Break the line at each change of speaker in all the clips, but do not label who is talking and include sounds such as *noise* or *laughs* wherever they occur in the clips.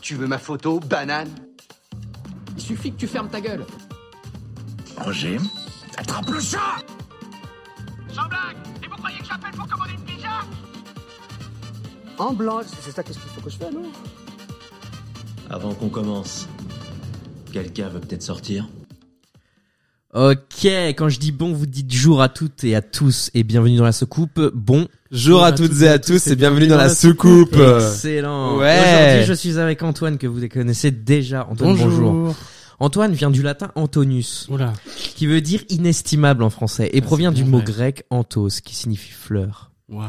Tu veux ma photo, banane
Il suffit que tu fermes ta gueule.
Roger, attrape le chat
Sans blague Et vous croyez que j'appelle pour commander une pizza
En blanc, c'est ça qu'est-ce qu'il faut que je fasse alors
Avant qu'on commence, quelqu'un veut peut-être sortir
Ok, quand je dis bon, vous dites jour à toutes et à tous et bienvenue dans la soucoupe. Bon,
Bonjour à toutes et à tous et bienvenue dans la soucoupe.
excellent.
Ouais.
Aujourd'hui, je suis avec Antoine que vous connaissez déjà. Antoine, bonjour. Antoine vient du latin Antonius,
Oula.
qui veut dire inestimable en français et
Ah,
provient
c'est
du
bon,
mot
ouais.
grec antos, qui signifie fleur.
Waouh.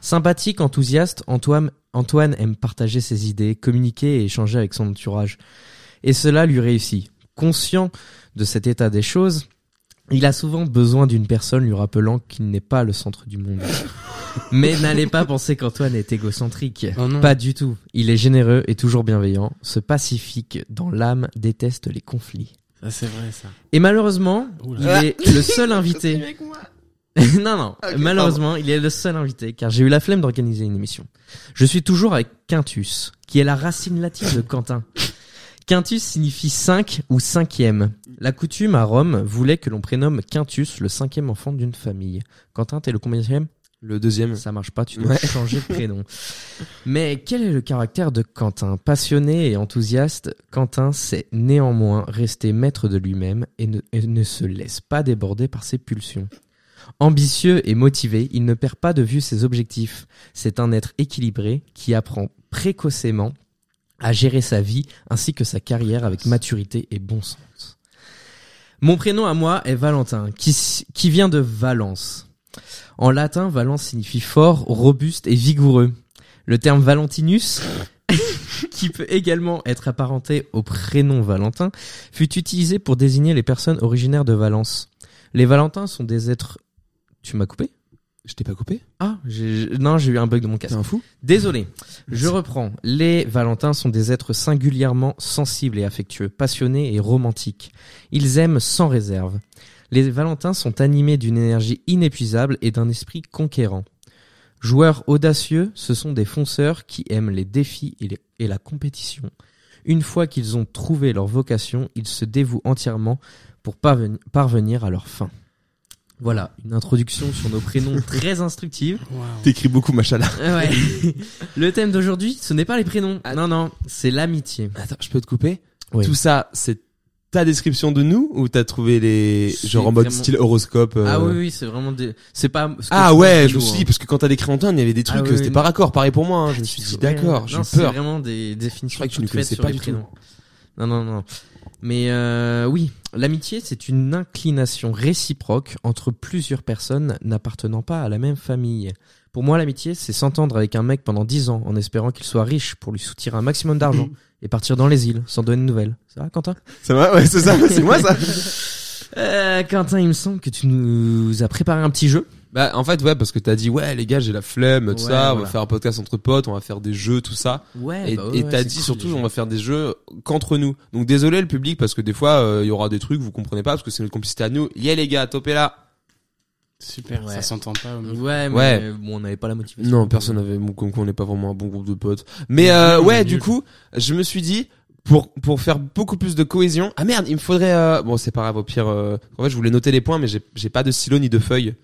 Sympathique, enthousiaste, Antoine, Antoine aime partager ses idées, communiquer et échanger avec son entourage. Et cela lui réussit. Conscient de cet état des choses, il a souvent besoin d'une personne lui rappelant qu'il n'est pas le centre du monde. Mais n'allez pas penser qu'Antoine est égocentrique.
Oh non.
Pas du tout. Il est généreux et toujours bienveillant, se pacifique dans l'âme, déteste les conflits.
Ça, c'est vrai, ça.
Et malheureusement, il
Oula.
est le seul invité. *laughs* non, non. malheureusement, il est le seul invité car j'ai eu la flemme d'organiser une émission. Je suis toujours avec Quintus, qui est la racine latine de Quentin. Quintus signifie cinq ou cinquième. La coutume à Rome voulait que l'on prénomme Quintus le cinquième enfant d'une famille. Quentin, t'es le combienième
Le deuxième.
ça marche pas, tu dois changer
*laughs*
de prénom. Mais quel est le caractère de Quentin Passionné et enthousiaste, Quentin sait néanmoins rester maître de lui-même et ne, et ne se laisse pas déborder par ses pulsions. Ambitieux et motivé, il ne perd pas de vue ses objectifs. C'est un être équilibré qui apprend précocement à gérer sa vie ainsi que sa carrière avec maturité et bon sens. Mon prénom à moi est Valentin, qui, s- qui vient de Valence. En latin, Valence signifie fort, robuste et vigoureux. Le terme Valentinus, *laughs* qui peut également être apparenté au prénom Valentin, fut utilisé pour désigner les personnes originaires de Valence. Les Valentins sont des êtres... Tu m'as coupé
Je t'ai pas coupé
Ah, j'ai- non, j'ai eu un bug de mon casque.
T'es un fou
Désolé, je reprends. Les Valentins sont des êtres singulièrement sensibles et affectueux, passionnés et romantiques. Ils aiment sans réserve. Les Valentins sont animés d'une énergie inépuisable et d'un esprit conquérant. Joueurs audacieux, ce sont des fonceurs qui aiment les défis et, les- et la compétition. Une fois qu'ils ont trouvé leur vocation, ils se dévouent entièrement pour parven- parvenir à leur fin. Voilà, une introduction sur nos
*laughs*
prénoms très instructive.
Waouh.
T'écris beaucoup, machallah.
Ouais. *laughs* Le thème d'aujourd'hui, ce n'est pas les prénoms.
Ah.
Non, non, c'est l'amitié.
Attends, je peux te couper
Oui.
Tout ça, c'est ta description de nous ou t'as trouvé les
C'est
genre en mode
vraiment-
style horoscope euh,
Ah oui, oui, c'est vraiment des... C'est pas... ce que
Ah
je
ouais,
pense
je me suis dit
toujours,
parce que quand t'as décrit Antoine, il y avait des trucs
Ah oui,
euh, c'était
oui.
pas raccord, pareil pour moi, hein.
hein.
je me suis dit
Ouais,
d'accord, j'ai
non,
eu
C'est
peur.
vraiment des définitions
croyais que tu ne
toutes faites
connaissais
sur
pas
les
du tout.
prénoms. Non, non, non. Mais euh, oui, l'amitié, c'est une inclination réciproque entre plusieurs personnes n'appartenant pas à la même famille. Pour moi, l'amitié, c'est s'entendre avec un mec pendant 10 ans en espérant qu'il soit riche pour lui soutirer un maximum d'argent
*laughs*
et partir dans les îles sans donner de nouvelles. Ça va, Quentin
Ça va Ouais, c'est ça, *laughs* c'est moi ça.
*laughs* Euh, Quentin, il me semble que tu nous as préparé un petit jeu.
*laughs* Bah en fait ouais parce que t'as dit ouais les gars j'ai la flemme tout
Ouais,
ça on
voilà.
va faire un podcast entre potes on va faire des jeux tout ça
Ouais.
et et t'as dit surtout on va faire des jeux qu'entre nous donc désolé le public parce que des fois euh, il y aura des trucs vous comprenez pas parce que c'est notre complicité à nous yeah les gars topez là
Super,
Ouais.
ça s'entend pas. au milieu.
Ouais, mais
Ouais.
bon, on n'avait pas la motivation.
non personne n'avait mon comme quoi on n'est pas vraiment un bon groupe de potes mais euh,
Non, on est
ouais du
nuls.
coup je me suis dit pour pour faire beaucoup plus de cohésion ah merde il me faudrait euh, bon c'est pas grave au pire euh, en fait je voulais noter les points mais j'ai j'ai pas de stylo ni de feuille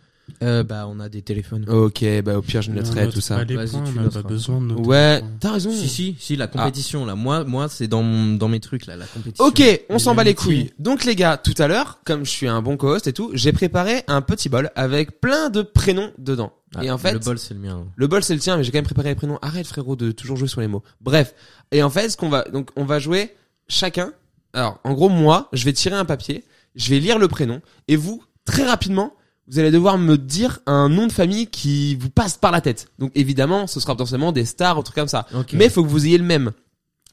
Euh, bah, on a des téléphones.
ok bah au pire je
Non,
noterai
note
tout ça
Pas les
Vas-y,
points,
tu
on n'a
noteras.
pas besoin de noter les
ouais
points.
t'as raison
Si, si, si, la compétition, là. Moi, moi, c'est dans, mon- dans mes trucs, là, la compétition.
Ok, on
Et
s'en bat les
l'amitié.
couilles. Donc les gars, tout à l'heure, comme je suis un bon co-host et tout, j'ai préparé un petit bol avec plein de prénoms dedans.
Ah,
et en fait,
Le bol, c'est le mien.
c'est le tien, mais j'ai quand même préparé les prénoms. Arrête frérot de toujours jouer sur les mots. Bref, et en fait, ce qu'on va donc on va jouer chacun. Alors, en gros, moi, je vais tirer un papier, je vais lire le prénom et vous très rapidement, vous allez devoir me dire un nom de famille qui vous passe par la tête. Donc évidemment, ce sera potentiellement des stars ou trucs comme ça.
Ok.
Mais faut que vous ayez le même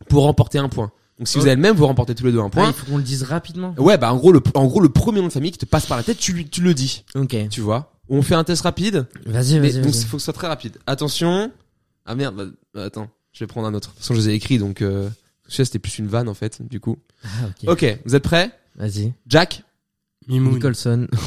pour remporter un point. Donc si vous
Ok.
avez le même, vous remportez tous les deux un point.
Ah, il faut qu'on le dise rapidement.
Ouais, bah en gros, le, en gros, le premier nom de famille qui te passe par la tête, tu, lui- tu le dis,
Ok.
tu vois. On fait un test rapide,
Vas-y,
mais
vas-y,
donc
vas-y.
il faut que ce soit très rapide. Attention. Ah merde, bah, bah, attends, je vais prendre un autre. De toute façon, je les ai écrits, donc euh, celui-là, c'était plus une vanne en fait, du coup.
Ah, ok.
Ok, vous êtes prêts
Vas-y.
Jack
Mimoun.
Nicholson. *laughs*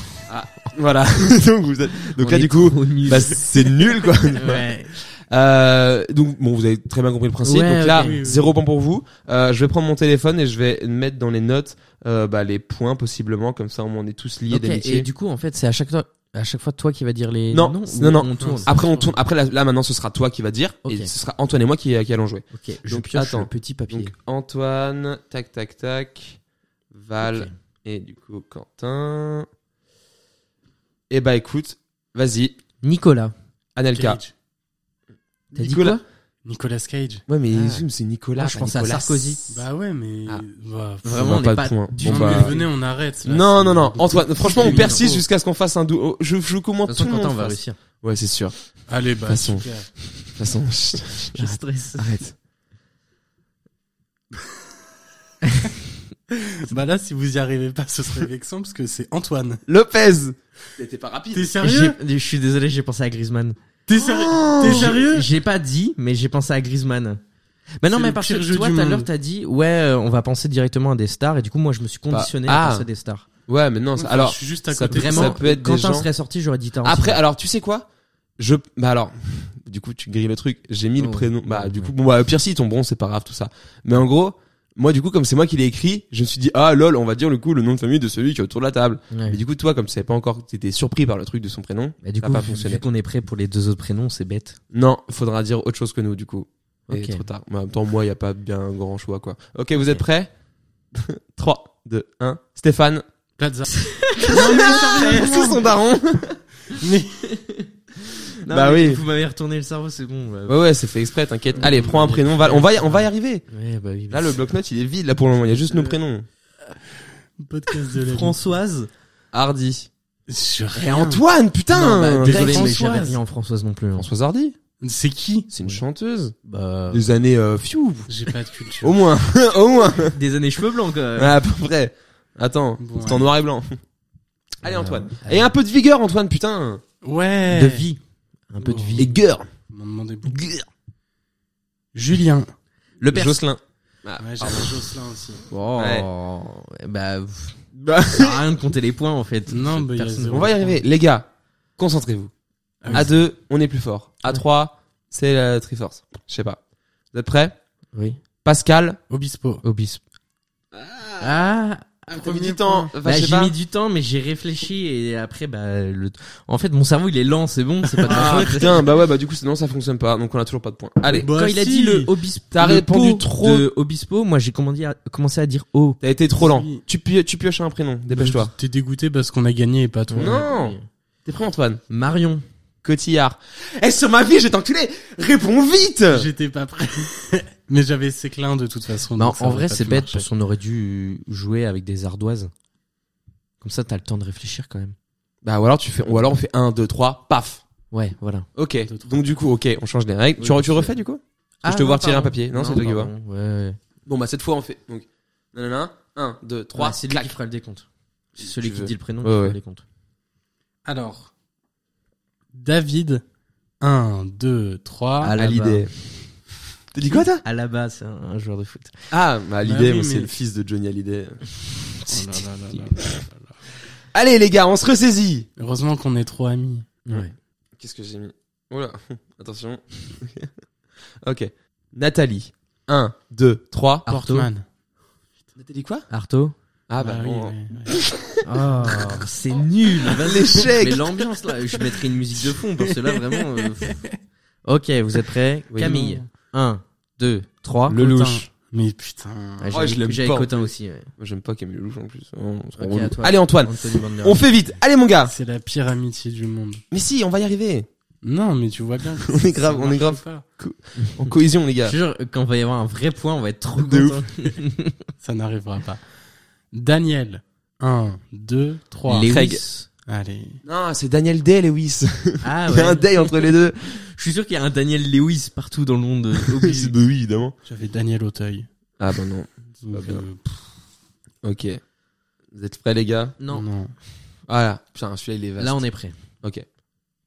Voilà. *laughs* donc vous êtes... donc
On
là,
est
du coup,
trop nuls.
bah, c'est nul quoi.
*laughs* ouais.
Euh, donc bon, vous avez très bien compris le principe.
Ouais,
donc là,
ok.
Oui, oui.
zéro point pour vous. Euh, je vais prendre mon téléphone et je vais mettre dans les notes euh, bah, les points possiblement, comme ça au moins, on est tous liés
Ok,
d'amitié.
et du coup, en fait, c'est à chaque, fois- à chaque fois toi qui va dire les
Non,
noms ou
non, Ah. non.
on tourne.
Après on tourne. Après là, là, maintenant, ce sera toi qui va dire
Ok.
et ce sera Antoine et moi qui, qui allons jouer.
Ok, je
Donc,
pioche
attends.
le petit papier.
Donc Antoine, tac tac tac, Val
Ok.
et du coup Quentin. Et bah écoute, vas-y,
Nicolas.
Anelka.
Cage.
T'as dit
Nicolas.
quoi
Nicolas Cage.
Ouais mais
Ah.
zoom, c'est Nicolas.
Ah, je
pas
pensais à
Nicolas.
Sarkozy.
Bah ouais, mais.
Ah.
Bah, pff,
Vraiment,
Bah,
on
pas
n'est
de
pas
points.
du
Bon,
tout.
bah.
mais venez, on arrête. là,
Non,
c'est-
non, non, Antoine, franchement, on
c'est-
persiste jusqu'à ce qu'on fasse un dou. oh, Je joue comment
De toute
tout
façon,
le monde.
Quentin va
fasse.
réussir.
Ouais, c'est sûr.
Allez, bah.
Passons.
super.
De toute façon, chut,
Je stresse.
arrête.
Bah là, si vous y arrivez pas, ce serait vexant parce que c'est Antoine.
*laughs* Lopez. T'étais pas
T'es
rapide.
sérieux
Je suis désolé, j'ai pensé à Griezmann.
T'es sérieux
Oh,
T'es sérieux
J'ai pas dit, mais j'ai pensé à Griezmann. Mais non,
C'est
mais
le
parce
pire
que
jeu
toi,
du
tout à
monde.
l'heure, t'as dit, ouais, euh, on va penser directement à des stars, et du coup, moi, je me suis conditionné à
Ah.
penser à des stars.
Ouais, mais non. ça-
Enfin,
Alors,
je suis juste à
ça
côté. de
Vraiment,
ça peut être des
Quentin
gens-
serait sorti, j'aurais dit Tarantino.
Après, alors, tu sais quoi Je, bah alors, du coup, tu grilles le truc. J'ai mis le
Oh.
prénom. Bah, du
Ouais.
coup, bon, bah, au pire si, ils tombent bon, c'est pas grave, tout ça. Mais en gros, moi, du coup, comme c'est moi qui l'ai écrit, je me suis dit, ah lol, on va dire le coup le nom de famille de celui qui est autour de la table.
Ouais.
Mais du coup, toi, comme tu savais pas encore, t'étais surpris par le truc de son prénom.
Bah, du
ça
coup,
a pas
vu-
fonctionné.
vu qu'on est prêt pour les deux autres prénoms, c'est bête.
Non, faudra dire autre chose que nous, du coup. Et
Ok.
trop tard. Mais en même temps, moi, il y a pas bien grand choix, quoi. Ok, vous êtes prêts *laughs* 3, 2, 1. Stéphane.
Plaza.
C'est son daron. Bah
mais
oui.
Vous m'avez retourné le cerveau, c'est bon. bah,
Ouais, ouais, c'est fait exprès, t'inquiète. Allez, prends un prénom, Val. On va y, on va y arriver.
ouais, bah oui,
Là, le bloc-notes, il est vide, là, pour le moment. Il y a juste nos prénoms.
Podcast de la vie.
Françoise.
Hardy.
Je-
Et Antoine, putain
Non, bah,
Greg
désolé, mais
Françoise.
j'avais rien en Françoise non plus. hein.
Françoise Hardy
C'est qui
C'est une chanteuse.
Bah,
Des années, euh, pfiou.
J'ai pas de culture.
Au moins, *laughs* au moins.
des années cheveux blancs, quoi.
Ah, à peu près. Attends,
Bon,
c'est en noir et blanc. Allez,
Euh,
Antoine.
allez.
Et un peu de vigueur, Antoine, putain.
Ouais.
De vie. Un peu de vie.
Et gueur.
Ils m'ont demandé beaucoup. Julien.
Le Jocelyn.
Ouais, j'avais Jocelyn aussi.
Oh, bah, pff, ça sert à rien de compter les points en fait.
Non,
Cette
bah, il y a
personne-
zéro.
On va y arriver. Les gars, concentrez-vous.
Ah oui.
À deux, on est plus fort. À trois, c'est la Triforce. Je sais pas. Vous êtes prêts
Oui.
Pascal.
Obispo.
Obispo. Ah,
Un
premier
du temps. Enfin,
bah,
je sais
j'ai
pas.
mis du temps, mais j'ai réfléchi et après, bah, le... en fait, mon cerveau il est lent, c'est bon, c'est pas de ma faute.
Putain, bah ouais, bah du coup, non, ça fonctionne pas. Donc on a toujours pas de points. Allez.
Bah,
Quand il a
si.
dit le Obispo,
T'as
le
répondu
pot
trop.
de Obispo, moi j'ai commandé à- commencé à dire Oh, O.
T'as été trop lent.
Si.
Tu, pio- tu pioches un prénom. Dépêche-toi.
T'es dégoûté parce qu'on a gagné et pas toi.
Non. T'es prêt, Antoine?
Marion.
Cotillard. Eh, sur ma vie, j'ai t'enculé! Réponds vite!
J'étais pas prêt. Mais j'avais ces clins de toute façon.
Non,
donc ça
Bah, en
aurait
vrai,
pas
c'est
pu
bête
marcher.
parce qu'on aurait dû jouer avec des ardoises. Comme ça, t'as le temps de réfléchir quand même.
Bah, ou alors tu fais, ou alors on fait 1, 2, 3, paf.
Ouais, voilà.
Ok.
deux, trois.
Donc du coup, ok, on change les règles.
Oui,
tu, re-
parce
tu
que-
refais du coup? Parce que je te
non,
vois tirer un
pardon.
papier. Ah, Non, c'est toi qui vois.
pardon, Ouais.
Bon, bah, cette fois, on fait. Donc, nanana, 1, 2, 3,
Ouais, Ah, c'est lui qui fera le décompte. C'est
Si
celui
tu
qui
veux.
dit le prénom
Ouais,
qui fera
ouais.
le décompte.
Alors. David. 1, 2, 3.
À la base.
T'as dit quoi, toi
À la base, c'est un, un joueur de foot.
Ah, bah,
Bah oui,
Hallyday,
mais-
moi, c'est le fils de Johnny Hallyday.
là.
Allez, les gars, on se ressaisit
Heureusement qu'on est trop amis.
Ouais.
Qu'est-ce que j'ai mis Oula, *laughs* attention. ok. Nathalie. 1, 2, 3.
Arto.
Portman.
Nathalie quoi
Arto.
Ah, bah,
oui,
bon.
ouais, ouais.
Oh,
Ah,
*laughs* c'est *laughs* nul. vas-y.
L'échec.
Mais l'ambiance là, je mettrai une musique de fond parce que là vraiment. euh, pff. *laughs* Ok, vous êtes prêts
Oui.
Camille. 1, 2, 3.
Le
Cotin.
louche.
Mais putain.
Ah,
Oh, je l'aime
J'avais
pas, en
Cotin aussi. ouais.
Moi, J'aime pas Camille Lelouch en plus. Oh, on se rend
Ok,
relou.
à toi.
Allez, Antoine.
Anthony Van Der
On
Werf.
fait vite. Allez, mon gars.
C'est la pire amitié du monde.
Mais si, on va y arriver.
Non, mais tu vois bien.
*laughs*
que
On
ça
est grave, on est
marche
grave.
pas.
En cohésion, les
Je
gars.
te jure, quand va y avoir un vrai point, on va être trop
De
contents.
Ça n'arrivera pas. Daniel. 1, 2, 3.
Lewis.
Craig.
Allez.
*laughs* Non, c'est Daniel Day, Lewis.
Ah
Il y a un
ouais.
Day entre les deux.
Je suis sûr qu'il y a un Daniel Lewis partout dans le monde.
*laughs*
euh,
*laughs* oui, bah oui, évidemment.
J'avais Daniel Auteuil.
Ah, bah non.
Donc,
bien.
euh, pff,
Ok. Vous êtes prêts, les gars
Non.
non.
Voilà. Ah, Putain, celui-là, il est vaste.
Là, on est prêt.
Ok.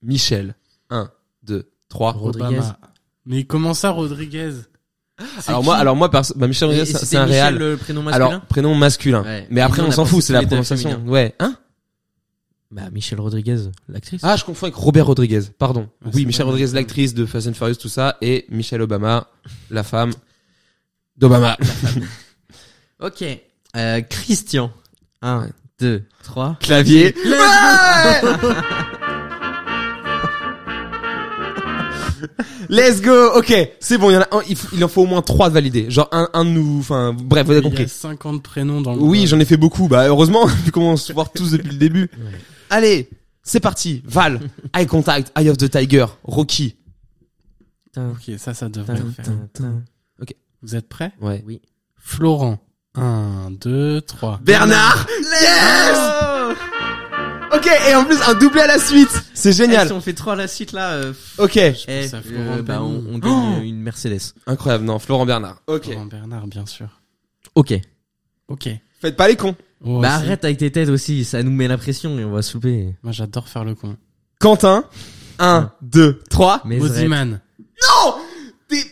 Michel. 1, 2, 3.
Rodriguez.
Obama. Mais comment ça, Rodriguez C'est
Alors
qui
moi, alors moi, perso- bah, Michel Rodriguez,
Et- et
c'est
c'était
un
Michel, euh,
réal.
le prénom masculin
Alors, prénom masculin.
Ouais.
Mais
Et
après,
nous,
on,
on a
s'en
pensé
fout, c'est
tous
la
les deux
prononciation.
féminins.
Ouais. Hein
Bah, Michelle Rodriguez, l'actrice.
Ah, je confonds avec Robert Rodriguez, pardon.
Ah,
oui,
c'est
Michelle
vrai.
Rodriguez, l'actrice de Fast and Furious, tout ça, et Michelle Obama, la femme
*laughs*
d'Obama.
Ok. Euh, Christian. 1, 2, 3.
*laughs*
Clavier. Let's go. Ok, c'est bon. Il, y en a un, il, faut- il en faut au moins trois de valider. Genre un, un de nous. Enfin, bref, vous avez
Il y a
compris.
50 prénoms dans le
Oui, j'en ai fait beaucoup. Bah heureusement, *laughs* vu comment on se voit tous depuis le début. Allez, c'est parti. Val, Eye Contact, Eye of the Tiger, Rocky.
Ok, ça, ça devrait le faire.
Putain,
Vous êtes prêts
Ouais.
Oui.
Florent. 1, 2, 3.
Bernard. Yes. Ok, et en plus un doublé à la suite. C'est génial.
Si on fait trois à la suite là, euh, pff,
Ok.
eh,
pense à Florent
euh, bah, on,
Pagny.
on gagne euh, une Mercedes.
Incroyable. Non, Florent Bernard. Ok.
Florent Bernard, bien sûr.
Ok.
Ok.
Faites pas les cons.
Oh,
bah
si.
arrête avec tes têtes aussi, ça nous met la pression et on va souper.
Moi, j'adore faire le con.
Quentin. 1, 2, 3.
Mais vrai.
Moziman.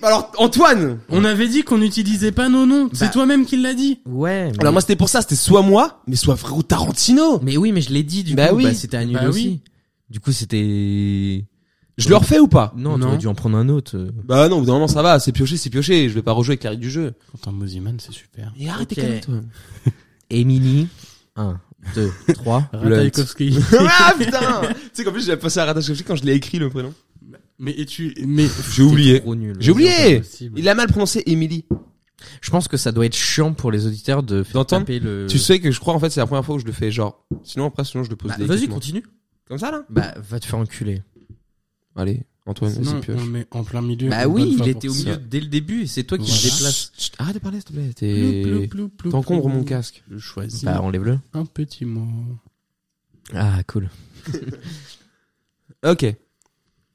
Alors, Antoine
On avait dit qu'on n'utilisait pas nos noms.
Bah.
C'est toi-même qui l'as dit.
Ouais. Mais...
Alors, moi, c'était pour ça, c'était soit moi, mais soit frérot Tarantino
mais oui, mais je l'ai dit du
Bah
coup,
oui.
bah, c'était annulé
Bah
aussi.
oui.
Du coup, c'était
Je le refais ou pas
non,
Non.
t'aurais dû en prendre un autre. euh.
Bah non, au bout d'un moment, ça va, c'est pioché, c'est pioché, je vais pas rejouer avec les règles du jeu.
Quentin Moziman, c'est super.
Et arrête
Ok.
tes conneries,
Emily 1
*laughs*
2 3.
Ratajkowski.
toi. *laughs* ah putain *laughs* Tu sais qu'en plus, j'avais passé à Ratajkowski quand je l'ai écrit, le prénom.
*laughs* mais et tu, mais
J'ai oublié.
Trop nul.
J'ai oublié Euh.
possible.
Il a mal prononcé Emily.
Je pense que ça doit être chiant pour les auditeurs de faire
D'entendre
taper le
Tu sais que je crois, en fait, c'est la première fois où je le fais, genre... Sinon, après, sinon, je le pose
Bah,
délicatement.
vas-y, continue.
Comme ça, là
Bah, va te faire enculer.
Allez, Antoine, vas-y,
Sinon, on
pioche.
le met en plein milieu.
Bah
une bonne
oui,
fois
il
pour
était au
ça.
milieu dès le début et c'est toi qui
Voilà.
le déplace.
Chut, chut, arrête de parler, s'il te plaît.
Plou,
T'es...
plou, plou,
T'encombres
plou.
mon casque.
Je choisis
Bah, enlève-le.
un petit mot.
Ah, *laughs* cool.
Ok.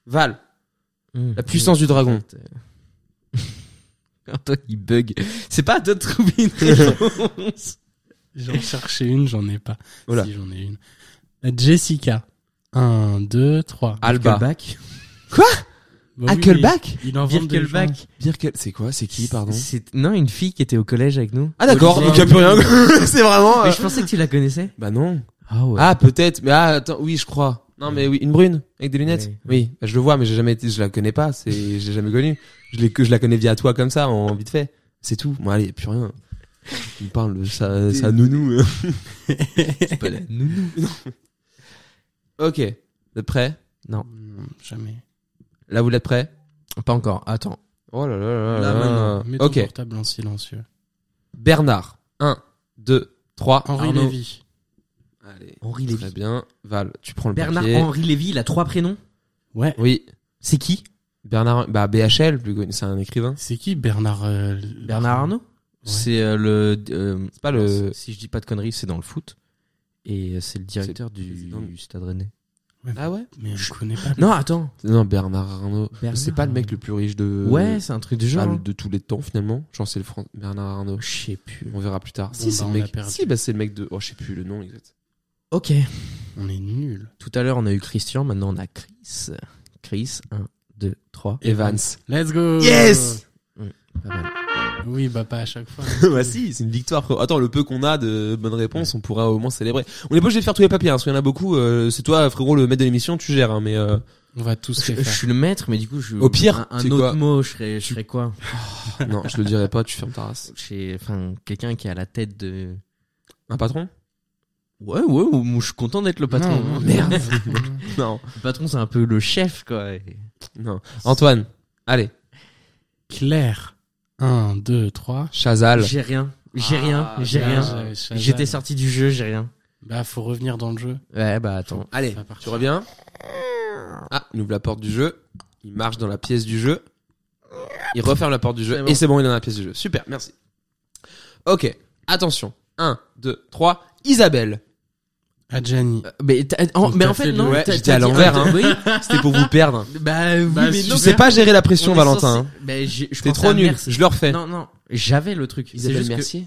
Val,
Hmm.
la *laughs* puissance du dragon.
Ah, Toi, il bug. C'est pas à toi de trouver une réponse.
J'en cherchais une, j'en ai pas.
Voilà.
Si j'en ai une. Jessica. 1, 2, 3.
Alba.
Huckelback.
Huckelback
Bah Il en vend des gens.
Birkelback.
Birkel- C'est quoi C'est qui, pardon
C'est- Non, une fille qui était au collège avec nous.
Ah d'accord,
Olivier.
donc y a plus rien. *laughs* c'est vraiment. euh,
Mais je pensais que tu la connaissais.
Bah non.
Ah ouais.
Ah peut-être, mais ah, attends, oui je crois. Non mais oui, une brune avec des lunettes.
Oui.
Oui, bah, je le vois, mais j'ai jamais, été- je la connais pas. C'est, j'ai jamais connue. Je l'ai, que je la connais via toi comme ça, en vite fait. C'est tout. Bon allez, y a plus rien. Il me parle de sa, sa nounou. hein.
c'est pas la nounou.
ok, de près.
Non, Jamais.
Là vous l'êtes prêt
Pas encore. Attends.
Oh là là
Là,
là là.
maintenant, mets ton
ok,
portable en silencieux.
Bernard. 1, 2, 3.
Henri
Arnaud.
Lévy.
Allez.
Henri
Très
Lévy.
bien. Val, tu prends le
Bernard
papier.
Henri Lévy, il a trois prénoms.
Ouais.
Oui.
C'est qui
Bernard, bah BHL, plus connu, c'est un écrivain.
C'est qui Bernard euh,
Bernard Arnault. C'est euh, le. euh,
C'est pas le.
Si je dis pas de conneries, c'est dans le foot. Et euh, c'est le directeur du,
président.
du Stade Rennais.
Ah ouais
Mais je connais pas.
Non, attends.
Non, Bernard Arnault.
Bernard
C'est pas le mec le plus riche de.
Ouais, c'est un truc du
pas
genre. hein.
le- de tous les temps finalement. Genre c'est le Fran- Bernard Arnault.
Ah, Je sais plus.
On verra plus tard. si
bah,
c'est le
on l'a
mec.
perdu.
Si bah c'est le mec de. Oh je sais plus le nom exact.
Ok.
On est nuls.
Tout à l'heure, on a eu Christian, maintenant on a Chris. Chris, 1, 2, 3.
Evans.
Let's go
Yes
Pas mal.
Oui, bah pas à chaque fois.
bah si, c'est une victoire. frérot. Attends, le peu qu'on a de bonnes réponses, on pourra au moins célébrer. On est pas obligé de faire tous les papiers, hein, parce qu'il y en a beaucoup. euh, c'est toi, frérot, le maître de l'émission, tu gères, hein,
*laughs*
mais euh,
On va tous
Je,
les
je
faire.
suis le maître, mais du coup, je.
Au pire,
un, un
c'est
autre
quoi
mot, je serais, je serais quoi
non, je le dirai pas. Tu fermes ta race.
Je serais, Enfin, quelqu'un qui est à la tête de.
Un patron
Ouais, ouais, ou- ou je suis content d'être le patron. *laughs*
Non, non,
Merde.
Non,
le patron, c'est un peu le chef, quoi. Et-
non. Antoine, allez.
Claire. 1, 2, 3.
Chazal.
J'ai rien. J'ai
Ah,
rien. J'ai
bien,
rien. J'étais
sorti.
sorti du jeu, j'ai rien.
Bah, faut revenir dans le jeu.
Ouais, bah attends.
Allez,
Ça part.
tu reviens. Ah, il ouvre la porte du jeu. Il marche dans la pièce du jeu. Il referme la porte du jeu.
C'est
Et
bon.
c'est bon, il est dans la pièce du jeu. Super, merci. Ok, attention. 1, 2, 3. Isabelle.
Adjani.
Euh, Mais, t'as- en,
Donc,
mais
t'as
en fait,
fait
non.
le- Ouais,
t'as-
j'étais
t'as
à
dit-
l'envers,
ah,
hein.
oui.
C'était pour vous perdre.
Bah oui,
Bah,
mais
si
non.
Tu sais pas gérer la pression,
On est
Valentin. hein.
censé- Bah, j'ai- je
T'es
pensais
trop
à
nul.
Merce.
Je le refais.
Non, non. J'avais le truc. C'est
Isabelle
juste que-
Mercier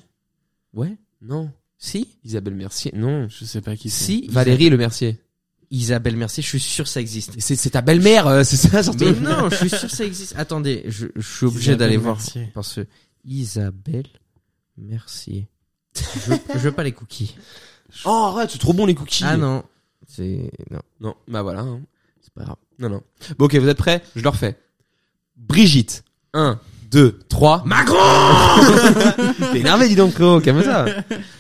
Ouais.
Non.
Si.
Isabelle Mercier Non.
Je sais pas qui c'est.
Si.
Valérie Le Mercier.
Isabelle Mercier, je suis sûr que ça existe.
C'est c'est ta belle-mère, euh, c'est ça surtout.
Mais non, je suis sûr que ça existe. Attendez, je, je suis obligé
Isabelle
d'aller voir.
Mercier.
Parce que Isabelle
*laughs*
Mercier. Je, je veux pas les cookies.
Oh, arrête, c'est trop bon les cookies.
Ah non. C'est non,
Non, bah voilà. hein.
c'est pas grave.
Non, non. Bon, ok, vous êtes prêts Je le refais. Brigitte. 1, 2, 3.
Macron
T'es énervé, dis donc, frérot,
*laughs*
calme ça.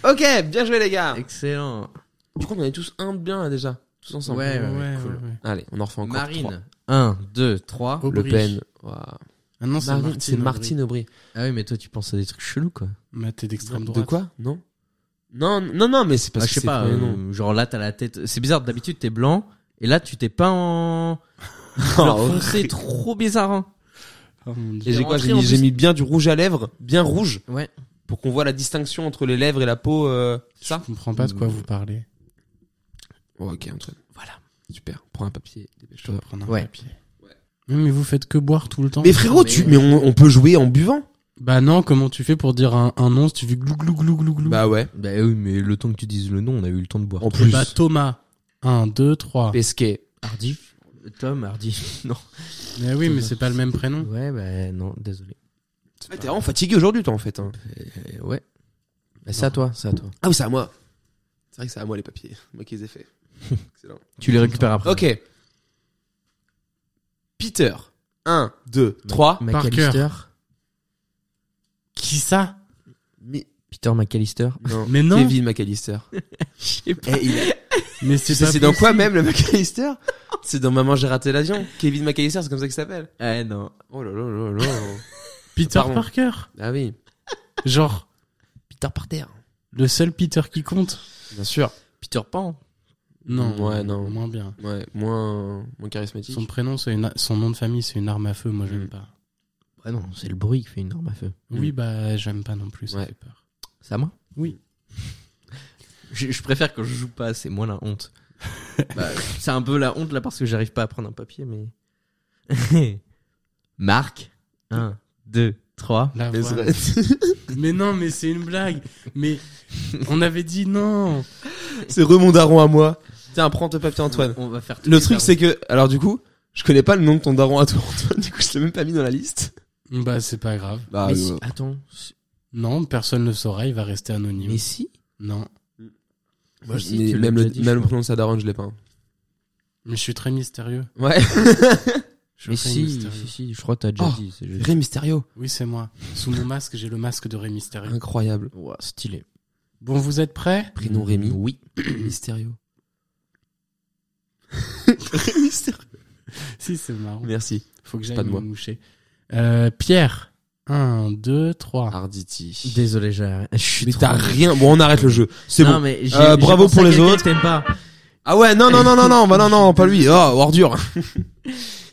ok, bien joué, les gars.
Excellent.
Du coup, on en est tous un de bien, là, déjà. Tous ensemble.
Ouais, ouais,
ouais, ouais, ouais.
Allez, on en refait encore. trois.
Marine. 1 2 3.
Oh.
Le
Aubry.
Pen. Ouah.
Ah non,
Marine, C'est
Aubry.
Martine Aubry.
Ah oui, mais toi tu penses à des trucs chelous quoi.
Mais t'es d'extrême droite.
De quoi Non Non, non, non, mais c'est parce
Ah,
que
je sais
c'est
pas,
le premier
euh,
nom.
genre là t'as la tête. C'est bizarre, d'habitude t'es blanc et là tu t'es pas *laughs* en couleur
Oh,
foncé, trop bizarre. hein.
Oh mon dieu.
Et j'ai quoi
rentré
J'ai
en
mis,
plus-
j'ai mis bien du rouge à lèvres, bien rouge,
Ouais.
pour qu'on voit la distinction entre les lèvres et la peau. euh, ça
Je comprends pas de quoi vous parlez.
Oh, Ok, Antoine. Voilà. Super. Prends un papier.
Je dois prendre un
Ouais.
papier. Mais, mais vous faites que boire tout le temps.
Mais frérot, tu, mais on, on peut jouer en buvant
Bah non, comment tu fais pour dire un, un nom si tu fais glou glou glou glou glou
Bah ouais.
Bah oui, mais le temps que tu dises le nom, on a eu le temps de boire.
En
Eh
plus.
bah Thomas. 1, 2, 3.
Pesquet.
Hardy. Tom Hardy. non.
Mais oui, mais c'est pas le même prénom.
*laughs* Ouais, bah non, désolé.
Ah, t'es vraiment fatigué aujourd'hui, toi, en fait. hein.
Euh, ouais. Bah, c'est à toi, c'est à toi.
Ah oui, c'est à moi. C'est vrai que c'est à moi les papiers. *laughs* Moi qui les ai faits. Excellent.
Tu les récupères après.
Ok. Peter. 1, 2, 3.
McAllister.
Qui ça
Peter McAllister.
Non.
Mais non.
Kevin McAllister. Eh, il a-
Mais c'est
C'est
pas
c'est dans
possible.
quoi même le McAllister *laughs* C'est dans Maman j'ai raté l'avion. Kevin McAllister, c'est comme ça qu'il s'appelle.
Eh non.
Oh là là là là.
Peter
Pardon.
Parker.
*laughs* ah oui.
Genre,
Peter Parter.
le seul Peter qui compte.
Bien sûr.
Peter Pan.
Non.
Ouais, non.
Moins bien.
Ouais, moins, moins charismatique.
Son prénom, c'est une, son nom de famille, c'est une arme à feu. Moi, j'aime
Mm.
pas.
Ouais, non, c'est le bruit qui fait une arme à feu.
Oui, bah, j'aime pas non plus. Ça
Ouais.
fait peur.
C'est à moi
Oui.
je, je préfère quand je joue pas, c'est moins la
*laughs*
honte. Bah, c'est un peu la honte là parce que j'arrive pas à prendre un papier,
*laughs*
mais. Marc. 1, 2, 3.
La
Mais
voix.
c'est vrai.
Mais non, mais c'est une blague. Mais on avait dit non.
*laughs* C'est re mon daron à moi. Tiens, prends ton papier, Antoine.
On va faire tous
Le
les
truc,
darons.
c'est que, alors du coup, je connais pas le nom de ton daron à toi, Antoine. Du coup, je l'ai même pas mis dans la liste.
Bah, c'est pas grave.
Bah,
Mais si- attends. si-
Non, personne ne saura. Il va rester anonyme.
Mais si
Non.
Moi, si,
mais
tu l'as
même, le,
déjà dit,
même
je
le
crois.
prénom de sa daronne, je l'ai pas. hein.
Mais je suis très mystérieux.
Ouais.
Je suis
Mais
très
si,
mystérieux.
si, si, je crois que t'as déjà
Oh,
dit. c'est juste-
*laughs* Ré Mysterio.
Oui, c'est moi. Sous mon masque, j'ai le masque de Ré Mysterio.
*laughs* Incroyable.
Ouah, stylé.
Bon, vous êtes prêts
Prénom Rémi.
Mm, Oui.
*clears throat* Mysterio. Ré Mysterio.
*laughs* Si, c'est marrant.
Merci.
Faut que j'aille
pas
me
de moi.
moucher. Euh, Pierre. 1, 2,
Ah.
3.
Arditi.
Désolé, j'ai. *laughs* Je suis
Mais
trop-
t'as rien. Bon, on arrête le jeu. C'est
Non,
bon.
mais j'ai-
Euh,
j'ai
bravo
pensé
pour
à
les
quelqu'un
autres.
que t'aimes pas.
Ah ouais, non, non, non, non, non, bah non, non, pas lui. Oh, ordure.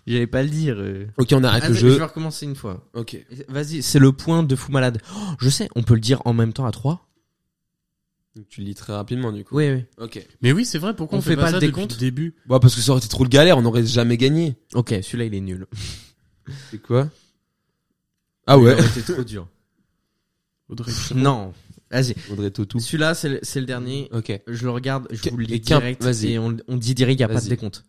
J'allais pas le dire. euh.
Ok, on arrête
Attends,
le
je
jeu.
vais recommencer une fois.
Ok.
Vas-y, c'est le point de fou malade. Oh, je sais, on peut le dire en même temps à trois.
Donc, Tu le lis très rapidement, du coup.
Oui, oui.
Ok.
Mais oui, c'est vrai. Pourquoi on, fait, pas,
le
ça depuis
décompte
le début
Bah, parce que ça aurait été trop de galère, on aurait jamais gagné.
Ok, celui-là il est nul.
C'est quoi?
*laughs*
Ah ouais.
C'était trop dur.
Audrey.
non, vas-y.
Audrey Tautou.
Celui-là c'est le, c'est le dernier.
Ok.
Je le regarde, je
Qu-
vous le
et
lis
qu'un-
direct.
vas-y.
Et on, on dit direct, il n'y a pas
Vas-y.
de décompte.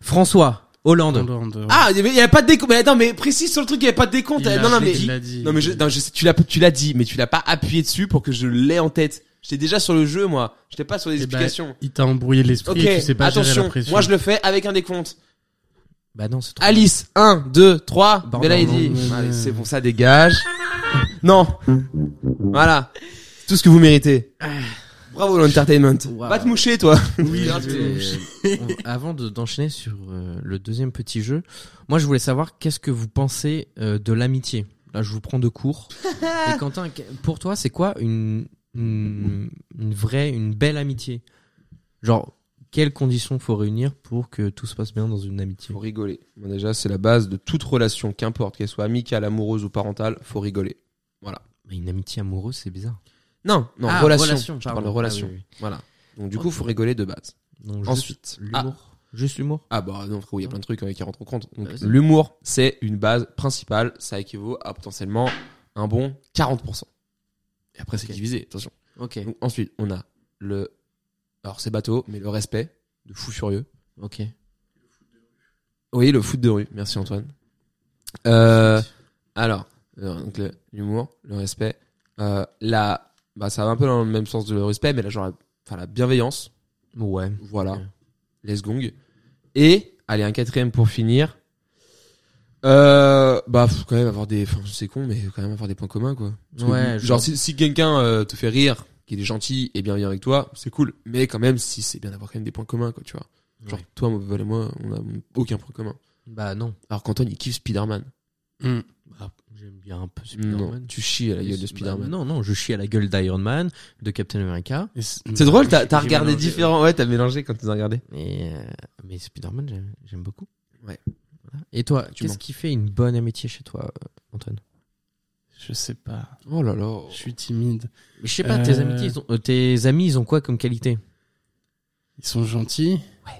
François, Hollande.
Hollande.
Ah, il y avait, il y avait pas de décompte. Mais attends, mais précise sur le truc, il y avait pas de décompte.
Il a-
non, non, mais,
il l'a dit.
non, mais je, non, je sais, tu l'as, tu l'as dit, mais tu l'as pas appuyé dessus pour que je l'ai en tête. J'étais déjà sur le jeu, moi. J'étais pas sur les
Eh ben,
explications.
il t'a embrouillé l'esprit
ok.
et tu sais pas gérer la
attention.
pression.
Moi, je le fais avec un décompte.
Bah non, c'est trop.
Alice, 1, 2, 3.
Bordel,
Bella, il
non,
dit.
non, non.
Allez, c'est bon, ça dégage. non. Voilà. C'est Tout ce que vous méritez. Bravo, l'entertainment.
Wow.
Va te moucher, toi.
Oui,
C'était- *laughs* on- avant de- d'enchaîner sur euh, le deuxième petit jeu, moi je voulais savoir qu'est-ce que vous pensez euh, de l'amitié. Là, je vous prends de court. Et Quentin, que- pour toi, c'est quoi une, une, une vraie, une belle amitié Genre, quelles conditions faut réunir pour que tout se passe bien dans une amitié
Faut rigoler. Bon, déjà, c'est la base de toute relation, qu'importe, qu'elle soit amicale, amoureuse ou parentale, faut rigoler.
Mais Une amitié amoureuse, c'est bizarre.
Non, non,
Ah,
relation.
relation,
Je parle de
pardon.
relation.
Ah oui, oui.
Voilà. Donc du coup, faut rigoler de base.
Donc, juste
Ensuite, ah,
l'humour. Juste l'humour
ah bah non, frérot, il y a plein de trucs euh, qui rentrent en compte. Donc,
Bah, vas-y.
l'humour, c'est une base principale. Ça équivaut à potentiellement un bon 40%. Et après, c'est
Ok.
divisé, attention.
Ok,
Donc, ensuite, on a le... Alors, c'est bateau, mais le respect de fou furieux.
ok.
Oui, le foot de rue. Merci, Antoine. Euh... Alors, euh, donc le- l'humour, le respect, euh, la, bah ça va un peu dans le même sens de le respect, mais là genre, la- enfin la bienveillance,
Ouais.
voilà.
Ok.
Lesgong. Et, allez, un quatrième pour finir. Euh, bah, faut quand même avoir des, enfin, c'est con, mais quand même avoir des points communs, quoi. Parce que,
Ouais,
genre,
je-
si, si quelqu'un euh, te fait rire, qu'il est gentil et bien vient avec toi, c'est cool. Mais quand même, si c'est bien d'avoir quand même des points communs, quoi, tu vois. Genre, toi, mon et moi, on a aucun point commun.
Bah non.
Alors qu'Antoine, il kiffe Spider-Man.
Hum.
Bah, J'aime bien un peu
Non,
Spider-Man.
tu chies à la gueule de
Bah,
Spider-Man.
non, non, je chie à la gueule d'Iron Man, de Captain America.
Et C'est
C'est drôle, t'as t'as
J'ai
regardé
mélangé,
différents. Ouais, t'as mélangé quand t'as regardé.
Et, euh, mais Spider-Man, j'aime- j'aime beaucoup.
Ouais.
Voilà. Et toi,
Tu
qu'est-ce
mens.
qui fait une bonne amitié chez toi, euh, Antoine
Je sais pas.
Oh là là.
Je suis timide.
Je sais pas, tes,
Euh,
amitiés, ils ont- euh, tes amis, ils ont quoi comme *laughs* qualité
Ils sont gentils.
Ah.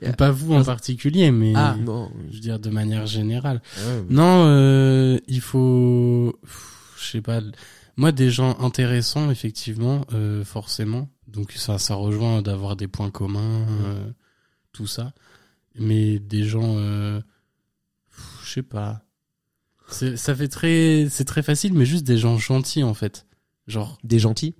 Yeah.
Pas vous en particulier, mais
Ah.
Non.
je veux dire de manière générale. Non, euh, il faut, pff, je sais pas. Moi, des gens intéressants, effectivement, euh, forcément. Donc ça, ça rejoint d'avoir des points communs, euh, tout ça. Mais des gens, euh, pff, je sais pas. C'est- Ça fait très, c'est très facile, mais juste des gens gentils en fait. Genre,
Des gentils.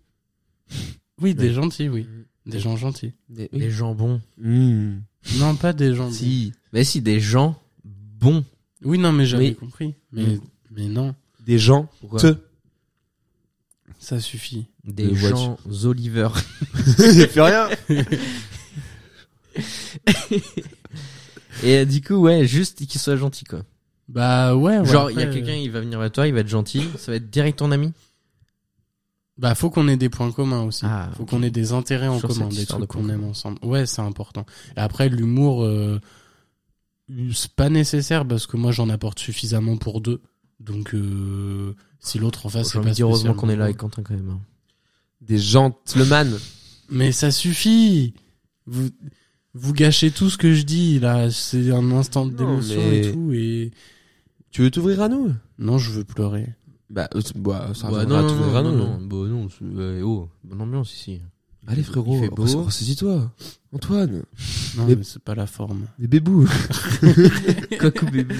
oui, des gentils, oui, des gens gentils.
Des...
Les gens bons.
Mmh.
Non, pas des gens.
Si. Mais si, des gens bons.
Oui, non, mais j'avais
Oui.
compris. Mais,
Mm.
mais non,
Des gens.
Pourquoi
Te.
ça suffit.
Des
Euh, ouais,
gens Oliver. *laughs*
J'ai plus rien.
Et euh, du coup, ouais, juste qu'ils soient gentils, quoi.
Bah ouais. ouais,
Genre, il y a
après,
quelqu'un,
euh,
il va venir vers toi, il va être gentil, ça va être direct ton ami.
Bah faut qu'on ait des points communs aussi.
Ah,
faut
ok.
qu'on ait des intérêts en
Sur
commun,
cette
des
histoire
trucs
de points
qu'on aime
communs.
ensemble. Ouais, c'est important. Et après l'humour, euh, c'est pas nécessaire parce que moi j'en apporte suffisamment pour deux. Donc euh, si l'autre en face,
J'ai
c'est
envie
pas
de dire heureusement qu'on est là
spécialement-
avec Quentin quand même. hein.
Des gentlemen.
Mais ça suffit. Vous vous gâchez tout ce que je dis là. C'est un instant
Non,
d'émotion
mais-
et tout. Et
tu veux t'ouvrir à nous
non, je veux pleurer.
Bah, euh, c'est- bah, ça
Bah,
reviendra à t'ouvrir à nous.
bah, non, c'est- euh, oh, bonne ambiance ici.
Allez frérot,
Il fait beau.
ressaisis-toi. Antoine,
Non,
Mais-
mais c'est pas la forme.
des bébous. *laughs*
Coucou bébé.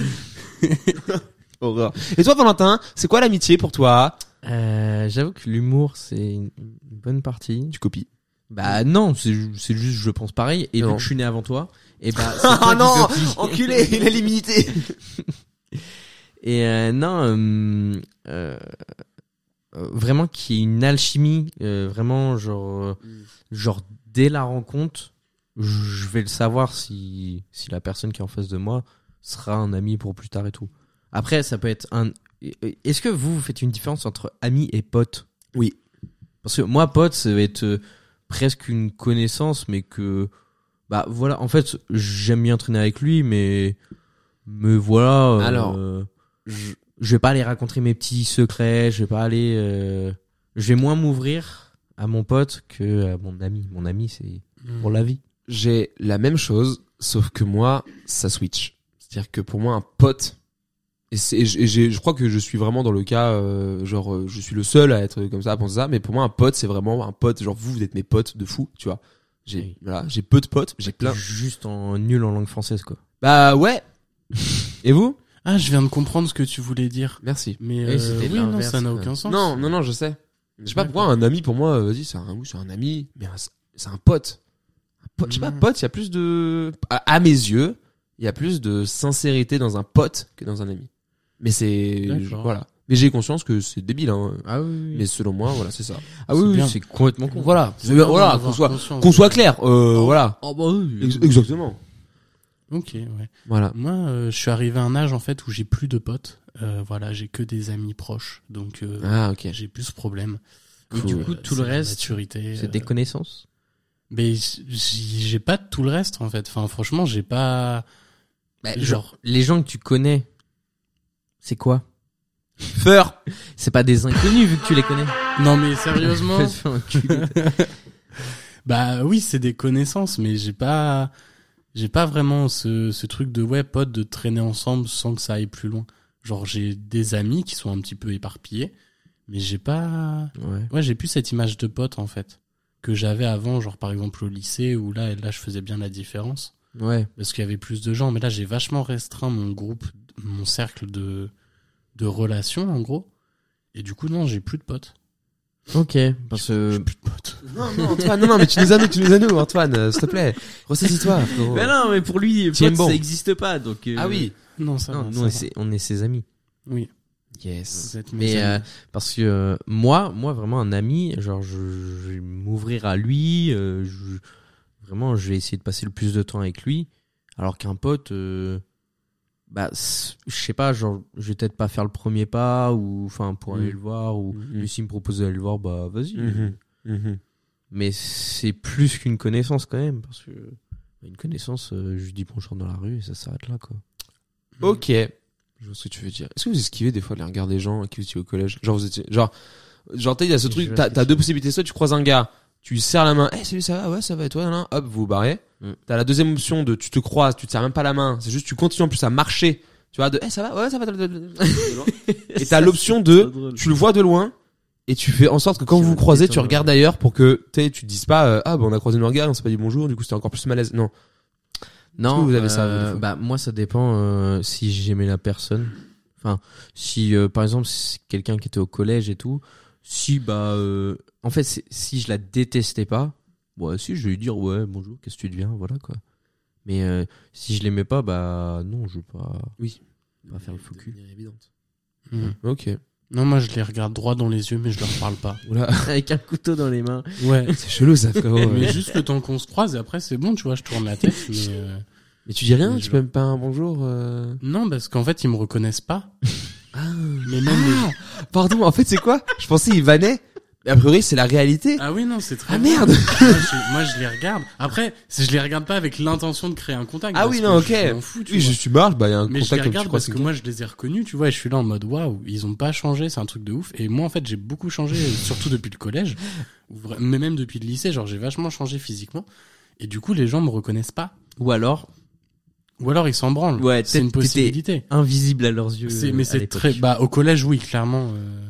Horreur. Et toi Valentin, c'est quoi l'amitié pour toi
Euh, J'avoue que l'humour, c'est une une bonne partie.
Tu copies.
Bah non, c'est ju- c'est juste je pense pareil. Et
Non.
vu que je suis né avant toi, et
*laughs*
bah c'est toi
Ah
qui
non
copie.
Enculé, il a l'immunité
*laughs* Et euh, non, euh, euh, euh, vraiment qu'il y ait une alchimie, euh, vraiment genre, euh,
Mm.
genre dès la rencontre, je vais le savoir si si la personne qui est en face de moi sera un ami pour plus tard et tout. Après, ça peut être un. Est-ce que vous, vous faites une différence entre ami et pote
Oui.
Parce que moi, pote, ça va être euh, presque une connaissance, mais que bah voilà. En fait, j'aime bien traîner avec lui, mais mais voilà. euh,
Alors,
je, je vais pas aller raconter mes petits secrets, je vais pas aller. euh, je vais moins m'ouvrir à mon pote que à mon ami. Mon ami, c'est pour la vie.
J'ai la même chose, sauf que moi, ça switch. C'est-à-dire que pour moi, un pote, et, c'est- et j'ai- et j'ai- je crois que je suis vraiment dans le cas, euh, genre, euh, je suis le seul à être comme ça, à penser ça, mais pour moi, un pote, c'est vraiment un pote, genre, vous, vous êtes mes potes de fou, tu vois. J'ai
Oui.
voilà, j'ai peu de potes, j'ai plein.
Juste en nul en langue française, quoi.
Bah ouais Et vous
Ah, je viens de comprendre ce que tu voulais dire.
Merci.
Mais
Oui,
euh,
c'était
oui, non,
l'inverse,
ça n'a
quoi.
aucun sens.
Non, non, non, je sais. Je sais pas
D'accord.
pourquoi un ami, pour moi, euh, vas-y, c'est un, oui, c'est un ami, mais un- c'est un pote. Un pote, je sais pas,
Mm.
pote, il y a plus de... À, à mes yeux, il y a plus de sincérité dans un pote que dans un ami. Mais c'est...
D'accord. Mm.
Voilà. Mais j'ai conscience que c'est débile, hein.
Ah oui.
Mais selon moi, voilà, c'est ça.
ah
oui, oui,
c'est complètement con.
Voilà.
C'est bien d'en
Voilà,
avoir
qu'on soit,
conscience. Ah
qu'on soit clair.
Mm.
Euh, voilà.
Oh, bah oui.
Ex- exactement.
Ok, ouais.
Voilà.
Moi, euh, je suis arrivé à un âge en fait où j'ai plus de potes. Euh, voilà, j'ai que des amis proches, donc euh,
Ah, ok.
j'ai plus ce problème.
Et du coup, tout le
c'est la
reste,
maturité.
C'est
euh,
des connaissances.
Mais j'ai j'ai pas tout le reste en fait. Enfin, franchement, j'ai pas.
Bah,
genre,
Les gens que tu connais, c'est quoi
Feur
*laughs* C'est pas des inconnus vu que tu les connais.
non mais
*laughs*
*laughs*
sérieusement.
Fais-te faire enculer.
Bah oui, c'est des connaissances, mais j'ai pas, j'ai pas vraiment ce, ce truc de ouais, pote, de traîner ensemble sans que ça aille plus loin. Genre, j'ai des amis qui sont un petit peu éparpillés, mais j'ai pas,
ouais.
ouais, j'ai plus cette image de pote en fait que j'avais avant, genre par exemple au lycée où là, là, je faisais bien la différence
Ouais.
parce qu'il y avait plus de gens, mais là, j'ai vachement restreint mon groupe, mon cercle de, de relations en gros, et du coup, non, j'ai plus de potes.
Ok, parce que.
*laughs* Non, non, Antoine, non, non, mais tu nous as nous, tu nous as nous, Antoine, euh, s'il te plaît. Ressaisis-toi, frérot.
Mais non, mais pour lui,
Tiens
pote,
bon.
ça existe pas. Donc, euh,
Ah oui.
Non, ça
Non,
va,
nous,
ça
on
va.
est ses- on est ses amis.
Oui.
Yes.
Vous êtes mes
Mais euh,
amis.
parce que euh, moi, moi vraiment un ami, genre je, je vais m'ouvrir à lui, euh, je- vraiment je vais essayer de passer le plus de temps avec lui, alors qu'un pote, euh, bah c'est- je sais pas, genre je vais peut-être pas faire le premier pas ou enfin pour aller
Mhm.
le voir ou
Mhm.
lui s'il me propose d'aller le voir, bah vas-y.
Mm-hmm.
Mhm. Mhm.
Mais c'est plus qu'une connaissance quand même parce que une connaissance, euh, je lui dis bonjour dans la rue et ça s'arrête là quoi. Hmm.
Ok. Je vois ce que tu veux dire. Est-ce que vous esquivez des fois les regards des gens à qui vous étiez au collège Genre, vous étiez. Genre, genre t'as- il y a ce
Je
truc,
vois
t'as
ce que
t'as
tu
deux
veux
possibilités. Soit tu croises un gars, tu lui serres la main, eh salut, ça va, ouais, ça va, et toi, nan, nan. hop, vous vous barrez.
Mm.
T'as la deuxième option de tu te croises, tu te serres même pas la main, c'est juste tu continues en plus à marcher. Tu vois, de eh ça va, ouais, ça va. de- de- de- de- de loin. *laughs* et t'as l'option de tu le vois de loin et tu fais en sorte que quand
Tu
vous vous
vas te
croisez, tu
détendre.
regardes ailleurs pour que t'sais, tu te dises pas euh, ah bah on a croisé nos regards, on s'est pas dit bonjour, du coup c'était encore plus malaise. Non.
Non,
que vous avez ça, vous, des
euh,
fois
bah moi ça dépend euh, si j'aimais la personne. Enfin, si euh, par exemple si c'est quelqu'un qui était au collège et tout, si bah euh, en fait c'est- si je la détestais pas, ouais si je vais lui dire ouais bonjour qu'est-ce que tu deviens voilà quoi. Mais euh, si je l'aimais pas bah non je veux pas.
Oui.
Pas faire le fou cul.
Mhm.
Ok.
Non, moi je les regarde droit dans les yeux, mais je leur parle pas.
*laughs* Avec un couteau dans les mains.
Ouais.
C'est chelou ça frérot. *laughs*
mais juste le temps qu'on se croise, et après c'est bon, tu vois, je tourne la tête. Mais euh,
Mais tu dis rien,
Mais
tu
je-
peux même pas un bonjour. euh.
Non, parce qu'en fait ils me reconnaissent pas. Mais même les-
Ah, pardon, en fait c'est quoi Je pensais il vannait, mais a priori c'est la réalité.
Ah oui, non, c'est très
Ah,
vrai.
merde.
moi, je, moi, je les regarde. Après, c'est- je les regarde pas avec l'intention de créer un contact.
Ah
parce
oui,
que
non, ok.
Je m'en fous, tu
Oui,
vois.
je suis marre, bah il y a un
Mais je les
contact comme
regarde
tu crois
parce
c'est
que moi, je les ai reconnus, tu vois, et je suis là en mode, waouh, ils ont pas changé, c'est un truc de ouf. Et moi, en fait, j'ai beaucoup changé, surtout depuis le collège, ou vra- mais même depuis le lycée, genre, j'ai vachement changé physiquement. Et du coup, les gens me reconnaissent pas.
Ou alors
Ou alors, ils s'en branlent.
Ouais,
c'est une
t'étais-
possibilité.
invisible à leurs yeux.
C'est-
euh, à
mais c'est
l'époque.
très bah au collège oui clairement euh,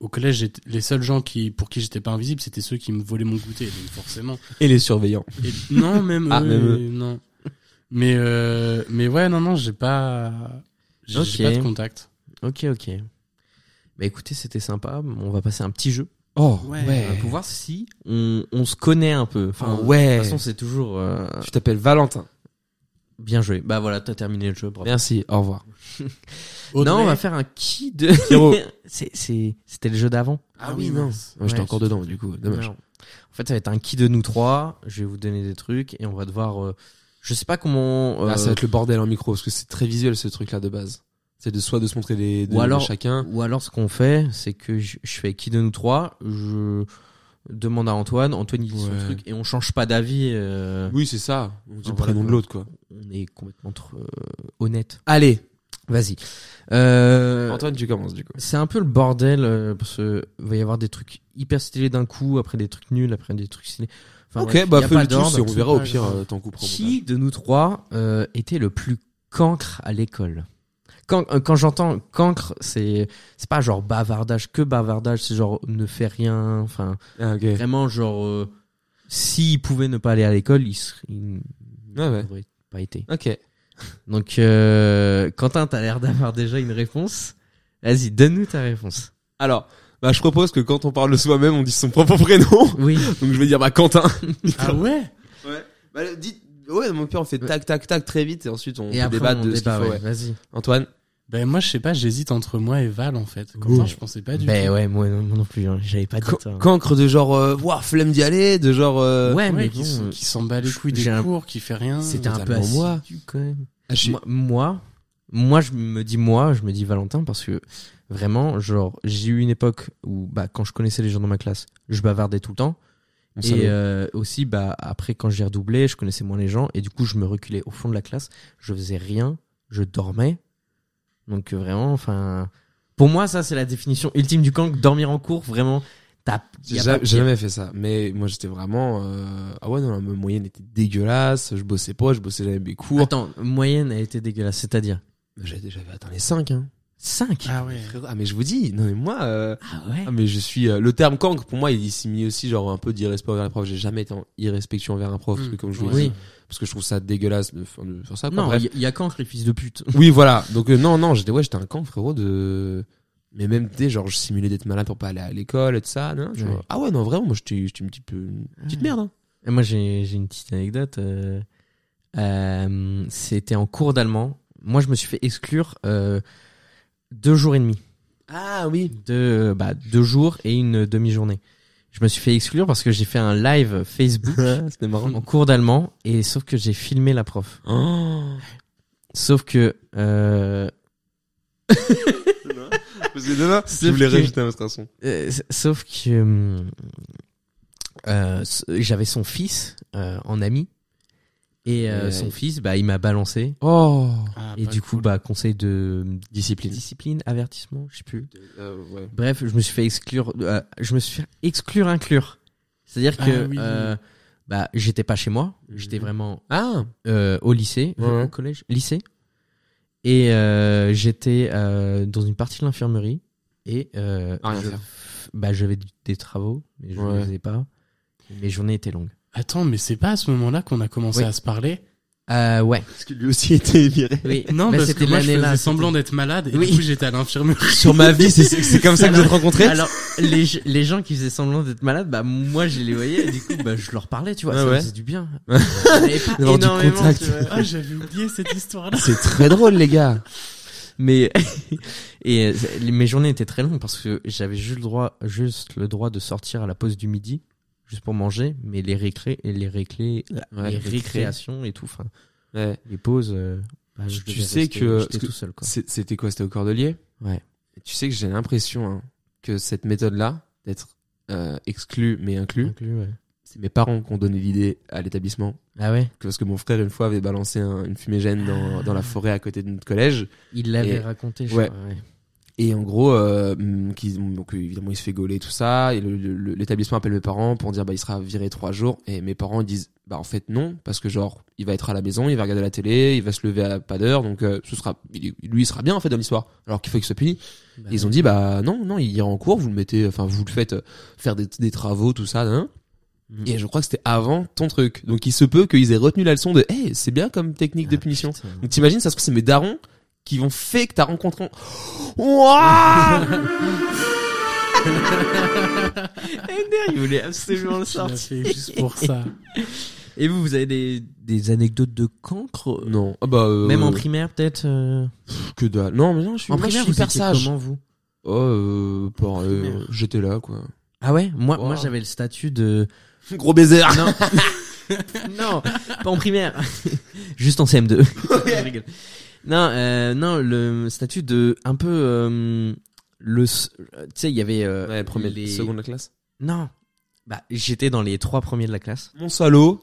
au collège j'étais- les seuls gens qui pour qui j'étais pas invisible c'était ceux qui me volaient mon goûter donc forcément
Et les surveillants.
*laughs*
Et- non même
Ah,
eux,
même eux.
non mais euh, mais ouais non non j'ai pas j'ai
Ok.
j'ai pas de contact
*laughs* Ok ok. Bah écoutez c'était sympa. On va passer à un petit jeu.
Oh
Ouais.
ouais.
On va voir si on, on se connaît un peu. Enfin,
Ah ouais.
De toute façon, c'est toujours euh,
Tu t'appelles Valentin.
bien joué. Bah voilà, t'as terminé le jeu. bravo.
Merci, au revoir.
Audrey-
Non, on va faire un qui de.
Pierrot.
*laughs* C'est- c'est- C'était le jeu d'avant.
Ah oui, mince.
Ouais, J'étais
Ouais,
encore
c'est-
dedans du coup, dommage.
Alors, En fait, ça va être un qui de nous trois. Je vais vous donner des trucs et on va devoir. euh, je sais pas comment. euh,
Ah, ça va être le bordel en micro parce que c'est très visuel ce truc là de base. C'est de soit de se montrer les de,
Ou alors-
de chacun.
Ou alors, ce qu'on fait, c'est que je, je fais qui de nous trois. Je demande à Antoine. Antoine il dit son
Ouais.
truc et on change pas d'avis. euh,
Oui, c'est ça. On dit
Ah, voilà,
le prénom de
quoi.
l'autre quoi.
On est complètement euh, honnête.
Allez,
Vas-y. Euh,
Antoine, tu commences du coup.
C'est un peu le bordel euh, parce que va y avoir des trucs hyper stylés d'un coup, après des trucs nuls, après des trucs stylés. Enfin,
ok,
bref, y
bah
a
fais
pas
le tour,
d'ordre.
si on verra au
pas
pire
grave.
euh, t'en couperas. au montage.
Qui de nous trois euh, était le plus cancre à l'école quand, euh, quand j'entends cancre, c'est c'est pas genre bavardage que bavardage, c'est genre ne fait rien. Enfin,
Ah, ok. Ouais,
vraiment genre euh, s'il pouvait ne pas aller à l'école, il, serait- il
Ah ouais.
n'aurait pas été.
Ok.
Donc euh, Quentin, t'as l'air d'avoir déjà une réponse. Vas-y, donne-nous ta réponse.
Alors, bah, je propose que quand on parle de soi-même, on dise son propre prénom. *laughs*
Oui.
Donc je vais dire bah Quentin.
ah ouais
Ouais. Bah dites. Ouais, mon père, on fait tac tac tac très vite et ensuite on
Et
peut
après,
débattre
on
de ce qu'il
débat,
faut.
ouais,
ouais.
Vas-y.
Antoine.
ben moi je sais pas j'hésite entre moi et Val en fait Quentin je pensais pas du
Ben
tout
ouais, moi non, moi non plus, hein, j'avais pas dit
Can-
ça.
Cancre de genre, euh, ouah, flemme d'y aller, de genre. euh,
ouais,
Ouais,
mais
qui,
bon,
s- qui s'en bat les
je-
couilles des
j'ai un-
cours qui fait rien
c'était un peu
totalement
assidu
moi.
quand même.
ah, je suis-
Moi, moi, moi, je me dis moi, je me dis Valentin parce que vraiment, genre, j'ai eu une époque où, bah, quand je connaissais les gens dans ma classe, je bavardais tout le temps.
Mon salaud.
Et euh, aussi, bah, après, quand j'ai redoublé, je connaissais moins les gens et du coup, je me reculais au fond de la classe. Je faisais rien, je dormais. Donc euh, vraiment, enfin, pour moi, ça, c'est la définition ultime du camp. Dormir en cours, vraiment, t'as.
J'ai
y a
ja-
pas pire.
jamais fait ça, mais moi j'étais vraiment euh, ah ouais non la moyenne était dégueulasse, je bossais pas, je bossais jamais mes cours.
Attends, moyenne a été dégueulasse, c'est-à-dire
J'avais j'avais atteint les 5 hein.
5
ah ouais
Frérot, Ah mais je vous dis, non mais moi euh,
Ah ouais
ah mais je suis euh, le terme cancre pour moi il s'immisce aussi genre un peu d'irrespect envers les profs, j'ai jamais été en- irrespectueux envers un prof parce que
Mm,
comme je vous
ouais.
dis
Hmm. Oui.
parce que je trouve ça dégueulasse de, faire- de faire ça quoi.
Non,
Ah, Bref.
il y, a quand les fils de pute
Oui, voilà. Donc euh, non non, j'étais ouais, j'étais un cancre frérot de Mais même, tu sais, genre, je simulais d'être malade pour pas aller à l'école et tout ça. non, je
Ouais.
vois. Ah ouais, non, vraiment, moi, j'étais j'étais une petite, peu- une petite merde. *laughs* hein.
Et Moi, j'ai j'ai une petite anecdote. euh, euh, C'était en cours d'allemand. Moi, je me suis fait exclure euh, deux jours et demi.
Ah oui.
Deux, bah, deux jours et une demi-journée. Je me suis fait exclure parce que j'ai fait un live Facebook
C'était marrant.
en cours d'allemand et sauf que j'ai filmé la prof.
*laughs* Oh.
Sauf que euh,
Parce que demain,
Sauf
je voulais
que-
rajouter un autre son.
Euh, s- sauf que hum, euh, s- j'avais son fils euh, en ami et euh,
Ouais.
son fils bah il m'a balancé
Oh.
Ah,
et
pas
du coup
cool.
bah conseil de
Discipline.
discipline avertissement je sais plus
Euh, ouais.
bref je me suis fait exclure euh, je me suis fait exclure inclure c'est à dire que
Ah oui.
euh, bah j'étais pas chez moi j'étais
Mhm.
vraiment
Ah.
euh, au lycée
Ouais, ouais.
au collège lycée et euh, j'étais euh, dans une partie de l'infirmerie et euh,
À rien
je-
faire.
bah j'avais du- des travaux mais je ne
Ouais.
les faisais pas Et mes journées étaient longues
Attends, mais c'est pas à ce moment-là qu'on a commencé
Oui.
à se parler
euh, *laughs* ouais
Parce que lui aussi était viré.
oui
Non,
Bah,
parce que
c'était
moi, je
l'année-là,
faisais
c'était-
semblant d'être malade et
Oui.
du coup, j'étais à l'infirmerie.
Sur ma vie, c'est- c'est c'est comme ça que vous êtes rencontrés
alors les, ge- les gens qui faisaient semblant d'être malades bah moi je les voyais et du coup bah je leur parlais tu vois
Ouais,
ça me
ouais.
faisait du
*laughs*
bien On avait pas
D'avoir du
énormément,
contact.
tu vois.
Ah, j'avais oublié cette histoire-là.
C'est très drôle, les gars.
*laughs* mais *laughs* et euh, c'est- les- mes journées étaient très longues parce que j'avais juste le droit juste le droit de sortir à la pause du midi juste pour manger mais les récré et les récré
*laughs* Ah,
les
Ouais, les récré.
récréations et tout enfin les pauses euh, bah, je
Tu
devais
sais
rester-
que-
j'étais
parce que
tout seul quoi
C'est- C'était quoi C'était au Cordelier
Ouais.
Et tu sais que j'ai l'impression hein, que cette méthode-là, d'être euh, exclu mais inclus,
Inclus, ouais.
c'est mes parents qui ont donné l'idée à l'établissement.
Ah ouais
que- Parce que mon frère, une fois, avait balancé un- une fumigène dans, dans la forêt à côté de notre collège.
Il l'avait
Et-
raconté, je
ouais.
crois,
Et en gros, euh, hum, qu'ils- donc évidemment, il se fait gauler tout ça. Et le- le- le- l'établissement appelle mes parents pour dire bah il sera viré trois jours. Et mes parents ils disent bah en fait non parce que genre il va être à la maison, il va regarder la télé, il va se lever à pas d'heure, donc euh, ce sera il- lui il sera bien en fait dans l'histoire. Alors qu'il faut qu'il soit puni. Ils ont dit bah non non il ira en cours, vous le mettez, enfin vous le faites euh, faire des, des travaux tout ça. nan, nan.
Mhm.
Et je crois que c'était avant ton truc. Donc il se peut qu'ils aient retenu la leçon de hey c'est bien comme technique de
Ah,
punition.
putain.
Donc t'imagines, ça se trouve, c'est mes darons qui vont fait que t'as rencontré.
*laughs*
Ouah *laughs*
Il voulait absolument *laughs* le
Tu l'as fait juste pour ça.
Et vous, vous avez des, des anecdotes de cancre
non, ah bah. euh,
Même en primaire, peut-être euh,
Que dalle. Non, mais non, je suis,
En
moi, je
primaire,
suis
vous
hyper
étiez
sage.
comment, vous
Oh, euh, bon,
En
euh,
primaire.
j'étais
*laughs*
là, quoi.
Ah ouais Moi,
Wow.
moi j'avais le statut de...
Gros baiser
*laughs* Non *laughs* Non Pas en primaire *laughs* Juste en *laughs* CM2. Je rigole. Non, euh, non, le statut de... Un peu... euh, le... s- euh, Tu sais, il y avait... euh,
Ouais, premier,
les-
seconde de la classe.
Non Bah, j'étais dans les trois premiers de la classe.
Mon salaud.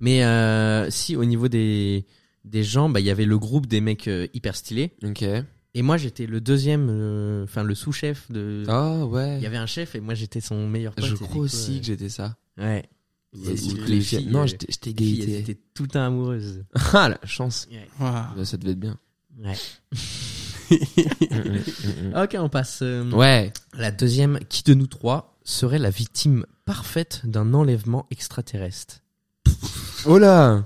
Mais euh, si au niveau des des gens, bah il y avait le groupe des mecs euh, hyper stylés
Ok.
et moi j'étais le deuxième euh, enfin le sous-chef de il
Ah, ouais.
y avait un chef et moi j'étais son meilleur pote.
Je
C'était
crois aussi
cool,
que j'étais ça.
Ouais. Ouais.
Ou
C'est sûr
que
que
les
les
filles-
filles,
Non,
euh,
j'étais j'étais
Les filles, elles
gaieté.
étaient tout le temps amoureuses.
Ah, la chance.
Waouh.
Bah, Ça devait être bien.
*laughs* Ouais.
Mm, mm,
*laughs*
mm,
OK, on passe euh,
mm. ouais.
la deuxième qui de nous trois serait la victime parfaite d'un enlèvement extraterrestre.
Oh
*laughs*
là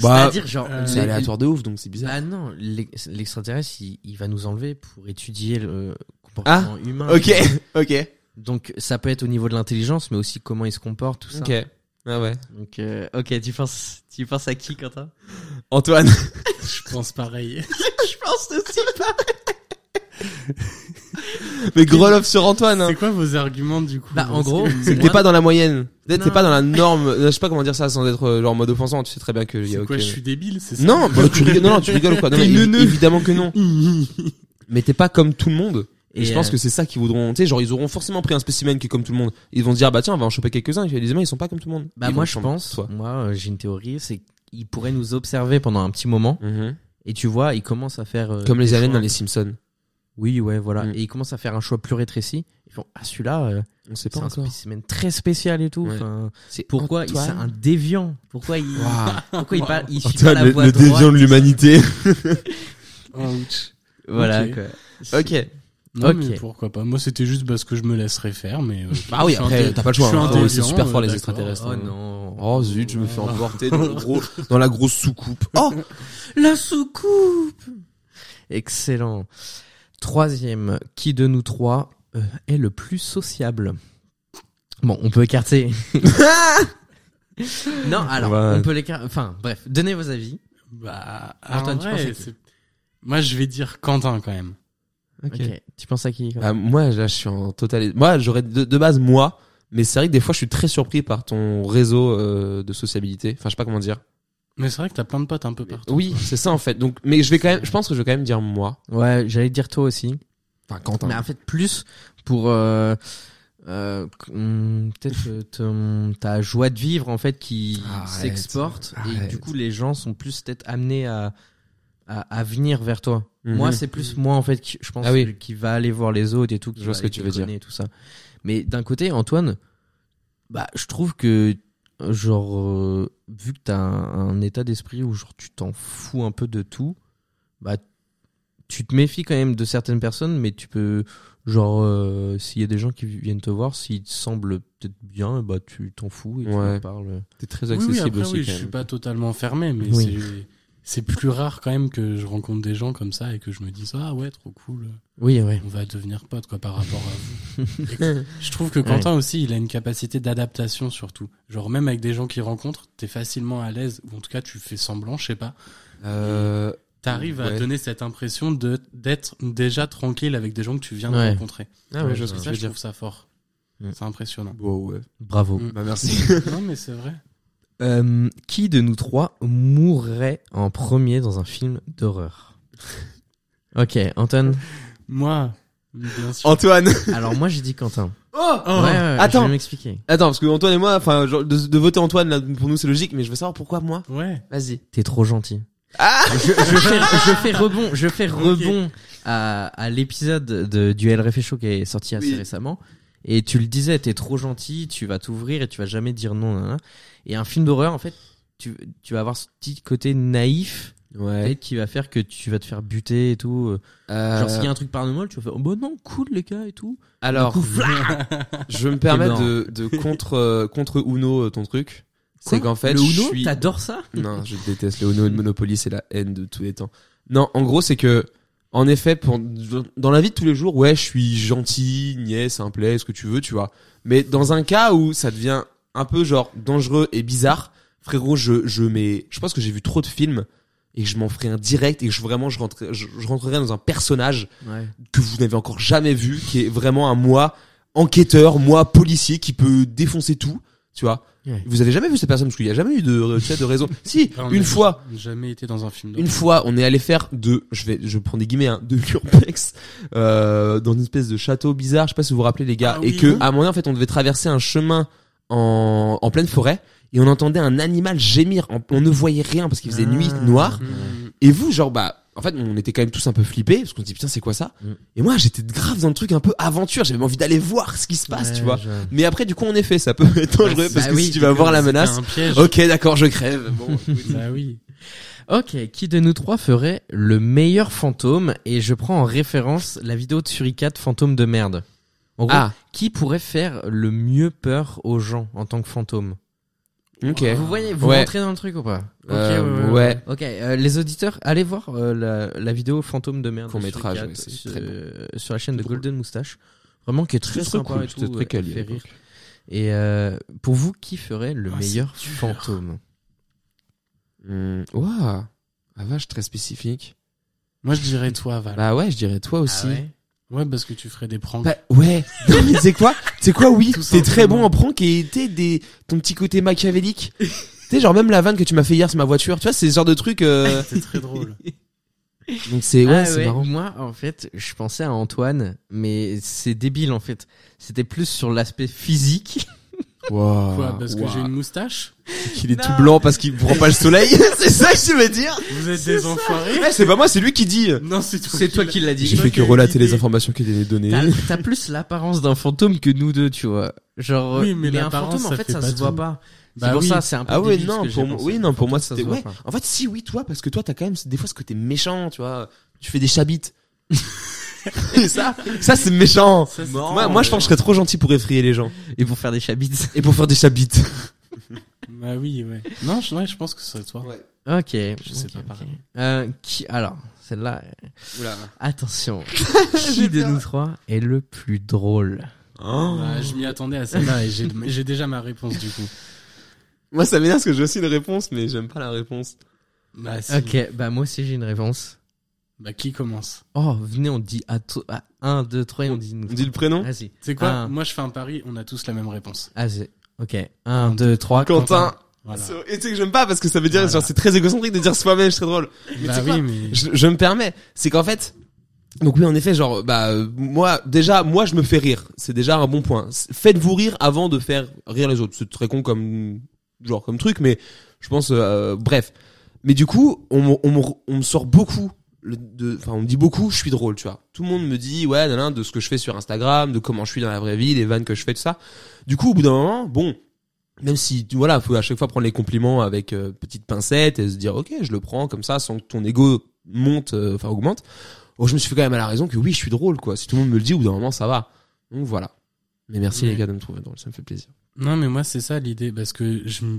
Bah,
C'est-à-dire genre
euh,
les-
c'est aléatoire de ouf, donc c'est bizarre.
Bah non, l'ex- l'extraterrestre il, il va nous enlever pour étudier le comportement humain.
Ah, ok.
Donc ça peut être au niveau de l'intelligence, mais aussi comment il se comporte, tout ça.
Ok. Ah ouais.
Donc euh, ok, tu penses, tu penses à qui, Quentin
Antoine.
Je pense pareil.
Je pense aussi.
Mais gros love sur Antoine. hein.
C'est quoi vos arguments du coup
Bah en
Parce que-
gros,
C'est que t'es pas dans la moyenne. Peut-être T'es
Non.
pas dans la norme. Je sais pas comment dire ça sans être euh, genre en mode offensant. Tu sais très bien que. il y
C'est
a-
quoi,
ok.
je suis débile, c'est ça
Non, bah, tu rigoles, non, non, tu rigoles ou quoi Non, mais
T'es
évi-
neuneux.
évidemment
*laughs*
que non. Mais t'es pas comme tout le monde. Et,
Et
je pense
euh,
que c'est ça qu'ils voudront. Tu sais, genre ils auront forcément pris un spécimen qui est comme tout le monde. Ils vont se dire bah tiens, on va en choper quelques uns. Et puis, Évidemment, ils sont pas comme tout le monde.
Bah
Ils
moi
vont
je
ensemble,
pense,
Toi.
moi euh, j'ai une théorie, c'est qu'il pourrait nous observer pendant un petit moment,
Mhm.
et tu vois, il commence à faire euh,
Comme
des
les aliens
choix-
dans les Simpsons.
Oui, ouais, voilà,
Mm.
et il commence à faire un choix plus rétréci. Ils font ah celui-là, euh,
On sait
c'est
pas
un
encore.
spécimen très spécial et tout.
Ouais.
Enfin,
C'est
pourquoi il-
Antoine.
c'est un déviant Pourquoi il,
Waouh.
*laughs* pourquoi il, parle- il suit pas
Antoine,
la
le,
voie
le
droite
déviant de l'humanité.
Ah, Ouch.
Voilà.
Ok.
Quoi.
ok.
Non,
Ok.
mais pourquoi pas Moi, c'était juste parce que je me laisserais faire, mais. euh,
Bah oui,
je suis
après,
un dé-
t'as pas le choix,
je suis
hein.
un
Oh,
déviant,
c'est super fort,
euh,
les
d'accord.
extraterrestres.
Oh
hein.
non.
Oh zut, je me fais emporter dans, le gros, dans la Ah, grosse soucoupe.
La soucoupe Excellent. Troisième, qui de nous trois euh, est le plus sociable Bon, on peut écarter. *laughs* non, alors,
va-
on peut l'écarter. Enfin, bref, donnez vos avis.
Bah,
Antoine,
en
tu
vrai,
penses à qui
c'est- Moi, je vais dire Quentin quand même.
Ok. Tu penses à qui quand
Ah, moi, là, je suis en total. Moi, j'aurais de, de base moi, mais c'est vrai que des fois, je suis très surpris par ton réseau euh, de sociabilité. Enfin, je sais pas comment dire.
Mais c'est vrai que t'as plein de potes un peu partout.
Oui, c'est ça en fait. Donc, mais je vais quand même. Je pense que je vais quand même dire moi.
Ouais, j'allais dire toi aussi.
Enfin, Quentin.
Mais en fait, plus pour euh, euh, hum, peut-être euh, ton- ta joie de vivre en fait qui
Arrête,
s'exporte et
arrête.
du coup les gens sont plus peut-être amenés à, à à venir vers toi.
Mhm.
Moi, c'est plus moi en fait qui, je pense
Ah oui.
qui va aller voir les autres et tout. qui
Je vois
va
ce que
aller
tu veux dire.
déconner et tout ça. Mais d'un côté, Antoine, bah je trouve que euh, genre euh, vu que t'as un, un état d'esprit où genre tu t'en fous un peu de tout, bah tu te méfies quand même de certaines personnes, mais tu peux genre euh, s'il y a des gens qui viennent te voir, s'ils te semblent peut-être bien, bah tu t'en fous et tu
Ouais.
leur parles.
T'es très
Oui, oui,
accessible
après,
aussi.
oui, je
quand
suis
même.
pas totalement fermé, mais
Oui.
c'est- c'est plus rare quand même que je rencontre des gens comme ça et que je me dise ah ouais trop cool,
Oui, oui.
on va devenir potes quoi par rapport à vous. Et
*laughs*
que- je trouve que Quentin aussi, il a une capacité d'adaptation surtout. Genre même avec des gens qu'il rencontre, t'es facilement à l'aise ou en tout cas tu fais semblant, je sais pas.
Euh,
T'arrives
Ouais.
à donner cette impression de d'être déjà tranquille avec des gens que tu viens de
Ouais.
rencontrer.
Ah ouais, je vois ce
Et
que tu
ça,
veux
je
dire.
trouve ça fort.
Mm.
C'est
*laughs*
impressionnant.
Wow, ouais.
Bravo.
Mm.
Bah merci.
non mais c'est vrai.
Euh, qui de nous trois mourrait en premier dans un film d'horreur *laughs* Ok,
*laughs*
Antoine.
Moi, bien sûr.
Antoine.
Alors moi j'ai dit Quentin.
Oh.
Ouais, ouais, ouais, Je
Attends.
vais m'expliquer.
*laughs* Attends, parce que Antoine et moi, enfin, genre, de, de voter Antoine là, pour nous c'est logique, mais je veux savoir pourquoi moi.
Ouais.
Vas-y.
T'es trop gentil.
Ah
je, je fais, je
*laughs*
fais rebond, je fais rebond à, à l'épisode de du LRF Show qui est sorti assez
Oui.
récemment. Et tu le disais, t'es trop gentil, tu vas t'ouvrir et tu vas jamais dire non. nan, nan. Et un film d'horreur, en fait, tu, tu vas avoir ce petit côté naïf
Ouais. Euh,
peut-être qui va faire que tu vas te faire buter et tout. Genre s'il y a un truc paranormal, tu vas faire oh, bah non cool les gars et tout.
alors,
Du coup, fla-
je vais me permets
mort.
de, de contre euh, contre Uno euh, ton truc. *laughs*
Quoi
C'est qu'en fait,
le
je
Uno,
suis.
t'adores ça *laughs*
Non, je déteste le Uno et le Monopoly, c'est la haine de tous les temps. Non, en gros, c'est que, en effet, pour, dans la vie de tous les jours, ouais, je suis gentil, niais, simplet, ce que tu veux, tu vois. Mais dans un cas où ça devient un peu genre dangereux et bizarre, frérot, je, je mets, je pense que j'ai vu trop de films et que je m'en ferai un direct et que je vraiment, je rentrerai, je, je rentrerai dans un personnage que vous n'avez encore jamais vu, qui est vraiment un moi enquêteur, moi policier qui peut défoncer tout, tu vois.
Ouais.
Vous avez jamais vu cette personne parce qu'il n'y a jamais eu de, tu sais,
*laughs*
de raison. si,
Enfin, Ah, on
une
a
fois,
Jamais été dans un film.
une fois, on est allé faire de, je vais, je prends des guillemets, hein, de l'urbex euh, dans une espèce de château bizarre. Je sais pas si vous vous rappelez les gars,
Ah
et
oui.
que à un moment en fait, on devait traverser un chemin en, en pleine forêt et on entendait un animal gémir. On, on ne voyait rien parce qu'il faisait nuit
Ah.
noire.
Mm.
Et vous, genre bah. En fait, on était quand même tous un peu flippés parce qu'on se dit putain c'est quoi ça
Mm.
Et moi j'étais grave dans le truc un peu aventure, j'avais envie d'aller voir ce qui se passe, tu vois. Mais après du coup en effet ça peut *laughs* être dangereux
Bah
parce que
oui,
si tu vas voir la
C'était
menace,
Un piège.
ok d'accord je crève.
*laughs*
Bon, écoute.
Bah oui.
Ok, qui de nous trois ferait le meilleur fantôme Et je prends en référence la vidéo de Suricat fantôme de merde. En gros,
ah
qui pourrait faire le mieux peur aux gens en tant que fantôme
ok.
Vous voyez, vous
Ouais.
rentrez dans le truc ou pas Ok,
Euh,
ouais, ouais,
ouais.
ouais. Ok, euh, les auditeurs, allez voir euh, la, la vidéo fantôme de merde.
Court
de
métrage,
Suricat
ouais, c'est
sur,
très bon.
euh, sur la chaîne
C'est
de
drôle.
Golden Moustache. Vraiment qui est très
C'était *laughs* très
sympa
cool, euh,
et tout.
c'était très
ouais,
quali,
fait
à l'époque.
rire. Et euh, pour vous, qui ferait le
Ah,
meilleur
c'est dur.
fantôme
Hmm, Ouah, ah vache, très spécifique.
Moi, je dirais toi, Val.
Bah ouais, je dirais toi aussi.
Ah ouais
Ouais, parce que tu ferais des pranks.
Bah ouais. *laughs* Non, mais c'est quoi C'est quoi Oui,
Tout
t'es très
simplement.
bon en prank et t'es des ton petit côté
*laughs*
machiavélique. tu sais genre même la vanne que tu m'as fait hier sur ma voiture, tu vois, c'est ce genre de truc. euh,
C'est très drôle.
Donc c'est ouais,
Ah
c'est
ouais,
marrant.
Moi, en fait, je pensais à Antoine, mais c'est débile en fait. C'était plus sur l'aspect physique.
Waouh.
Quoi Bah, Parce que
Waouh.
j'ai une moustache
Il est tout blanc parce qu'il prend pas le *laughs* soleil. c'est ça que tu veux dire
Vous êtes des enfoirés
Eh, C'est pas moi, c'est lui qui dit.
Non, c'est
*laughs*
toi.
C'est toi qui l'as
J'ai
dit.
fait que
Ok,
relater les
idée.
informations qui étaient données.
T'as t'as plus l'apparence d'un fantôme que nous deux, tu vois. Genre,
Oui, mais
un
l'apparence,
fantôme, en
ça
fait,
fait
ça
pas
se voit
tout.
pas.
Bah
c'est pour
oui.
ça, c'est un peu
Ah ouais
débile, ce
non
que
pour
j'ai
moi
pensé.
oui non pour moi
Ça
c'était
se voit
ouais.
pas.
en fait si oui toi parce que toi t'as quand même des fois ce côté méchant tu vois tu fais des *laughs* chabites Et ça ça c'est méchant
Ça, c'est
moi, moi je pense que je serais trop gentil pour effrayer les gens
Et pour faire des chabites.
et pour faire des chabites
Bah oui, ouais. Non, je, ouais, je pense que ce serait toi.
Ok.
Je sais
ok,
pas
ok.
parler.
Euh, qui... Alors, celle-là, euh,
Oula.
*laughs* attention. qui de nous trois est le plus drôle
Bah, je m'y attendais à celle-là et j'ai- *laughs* j'ai déjà ma réponse du coup.
Moi, ça m'énerve parce que j'ai aussi une réponse, mais j'aime pas la réponse.
Bah, si.
Ok, bah moi aussi j'ai une réponse.
Bah, qui commence
Oh, venez, on dit à 1, 2, 3 et on dit nous
On dit le prénom
trois. Vas-y.
C'est quoi
Un.
Moi, je fais un pari, on a tous la même réponse.
Vas-y. Ok, 1, 2, 3.
Quentin.
Voilà.
C'est- Et tu sais que j'aime pas parce que ça veut dire,
Voilà.
genre, c'est très égocentrique de dire soi-même, je serais drôle. Mais tu
bah
sais
oui,
quoi
mais.
je, je me permets, c'est qu'en fait, donc oui en effet genre bah euh, moi déjà moi je me fais rire, c'est déjà un bon point. C'est- Faites-vous rire avant de faire rire les autres, c'est très con comme genre comme truc, mais je pense euh, bref. Mais du coup on, me- on, me- on me sort beaucoup, le- de- enfin on me dit beaucoup je suis drôle tu vois. Tout le monde me dit ouais nan, nan, de ce que je fais sur Instagram, de comment je suis dans la vraie vie, les vannes que je fais tout ça. Du coup au bout d'un moment bon même si tu- voilà faut à chaque fois prendre les compliments avec euh, petite pincette et se dire ok je le prends comme ça sans que ton ego monte euh, enfin augmente oh, je me suis fait quand même à la raison que oui je suis drôle quoi si tout le monde me le dit au bout d'un moment ça va donc voilà mais merci
Ouais.
les gars de me trouver drôle ça me fait plaisir
Non, mais moi, c'est ça l'idée, parce que je, m-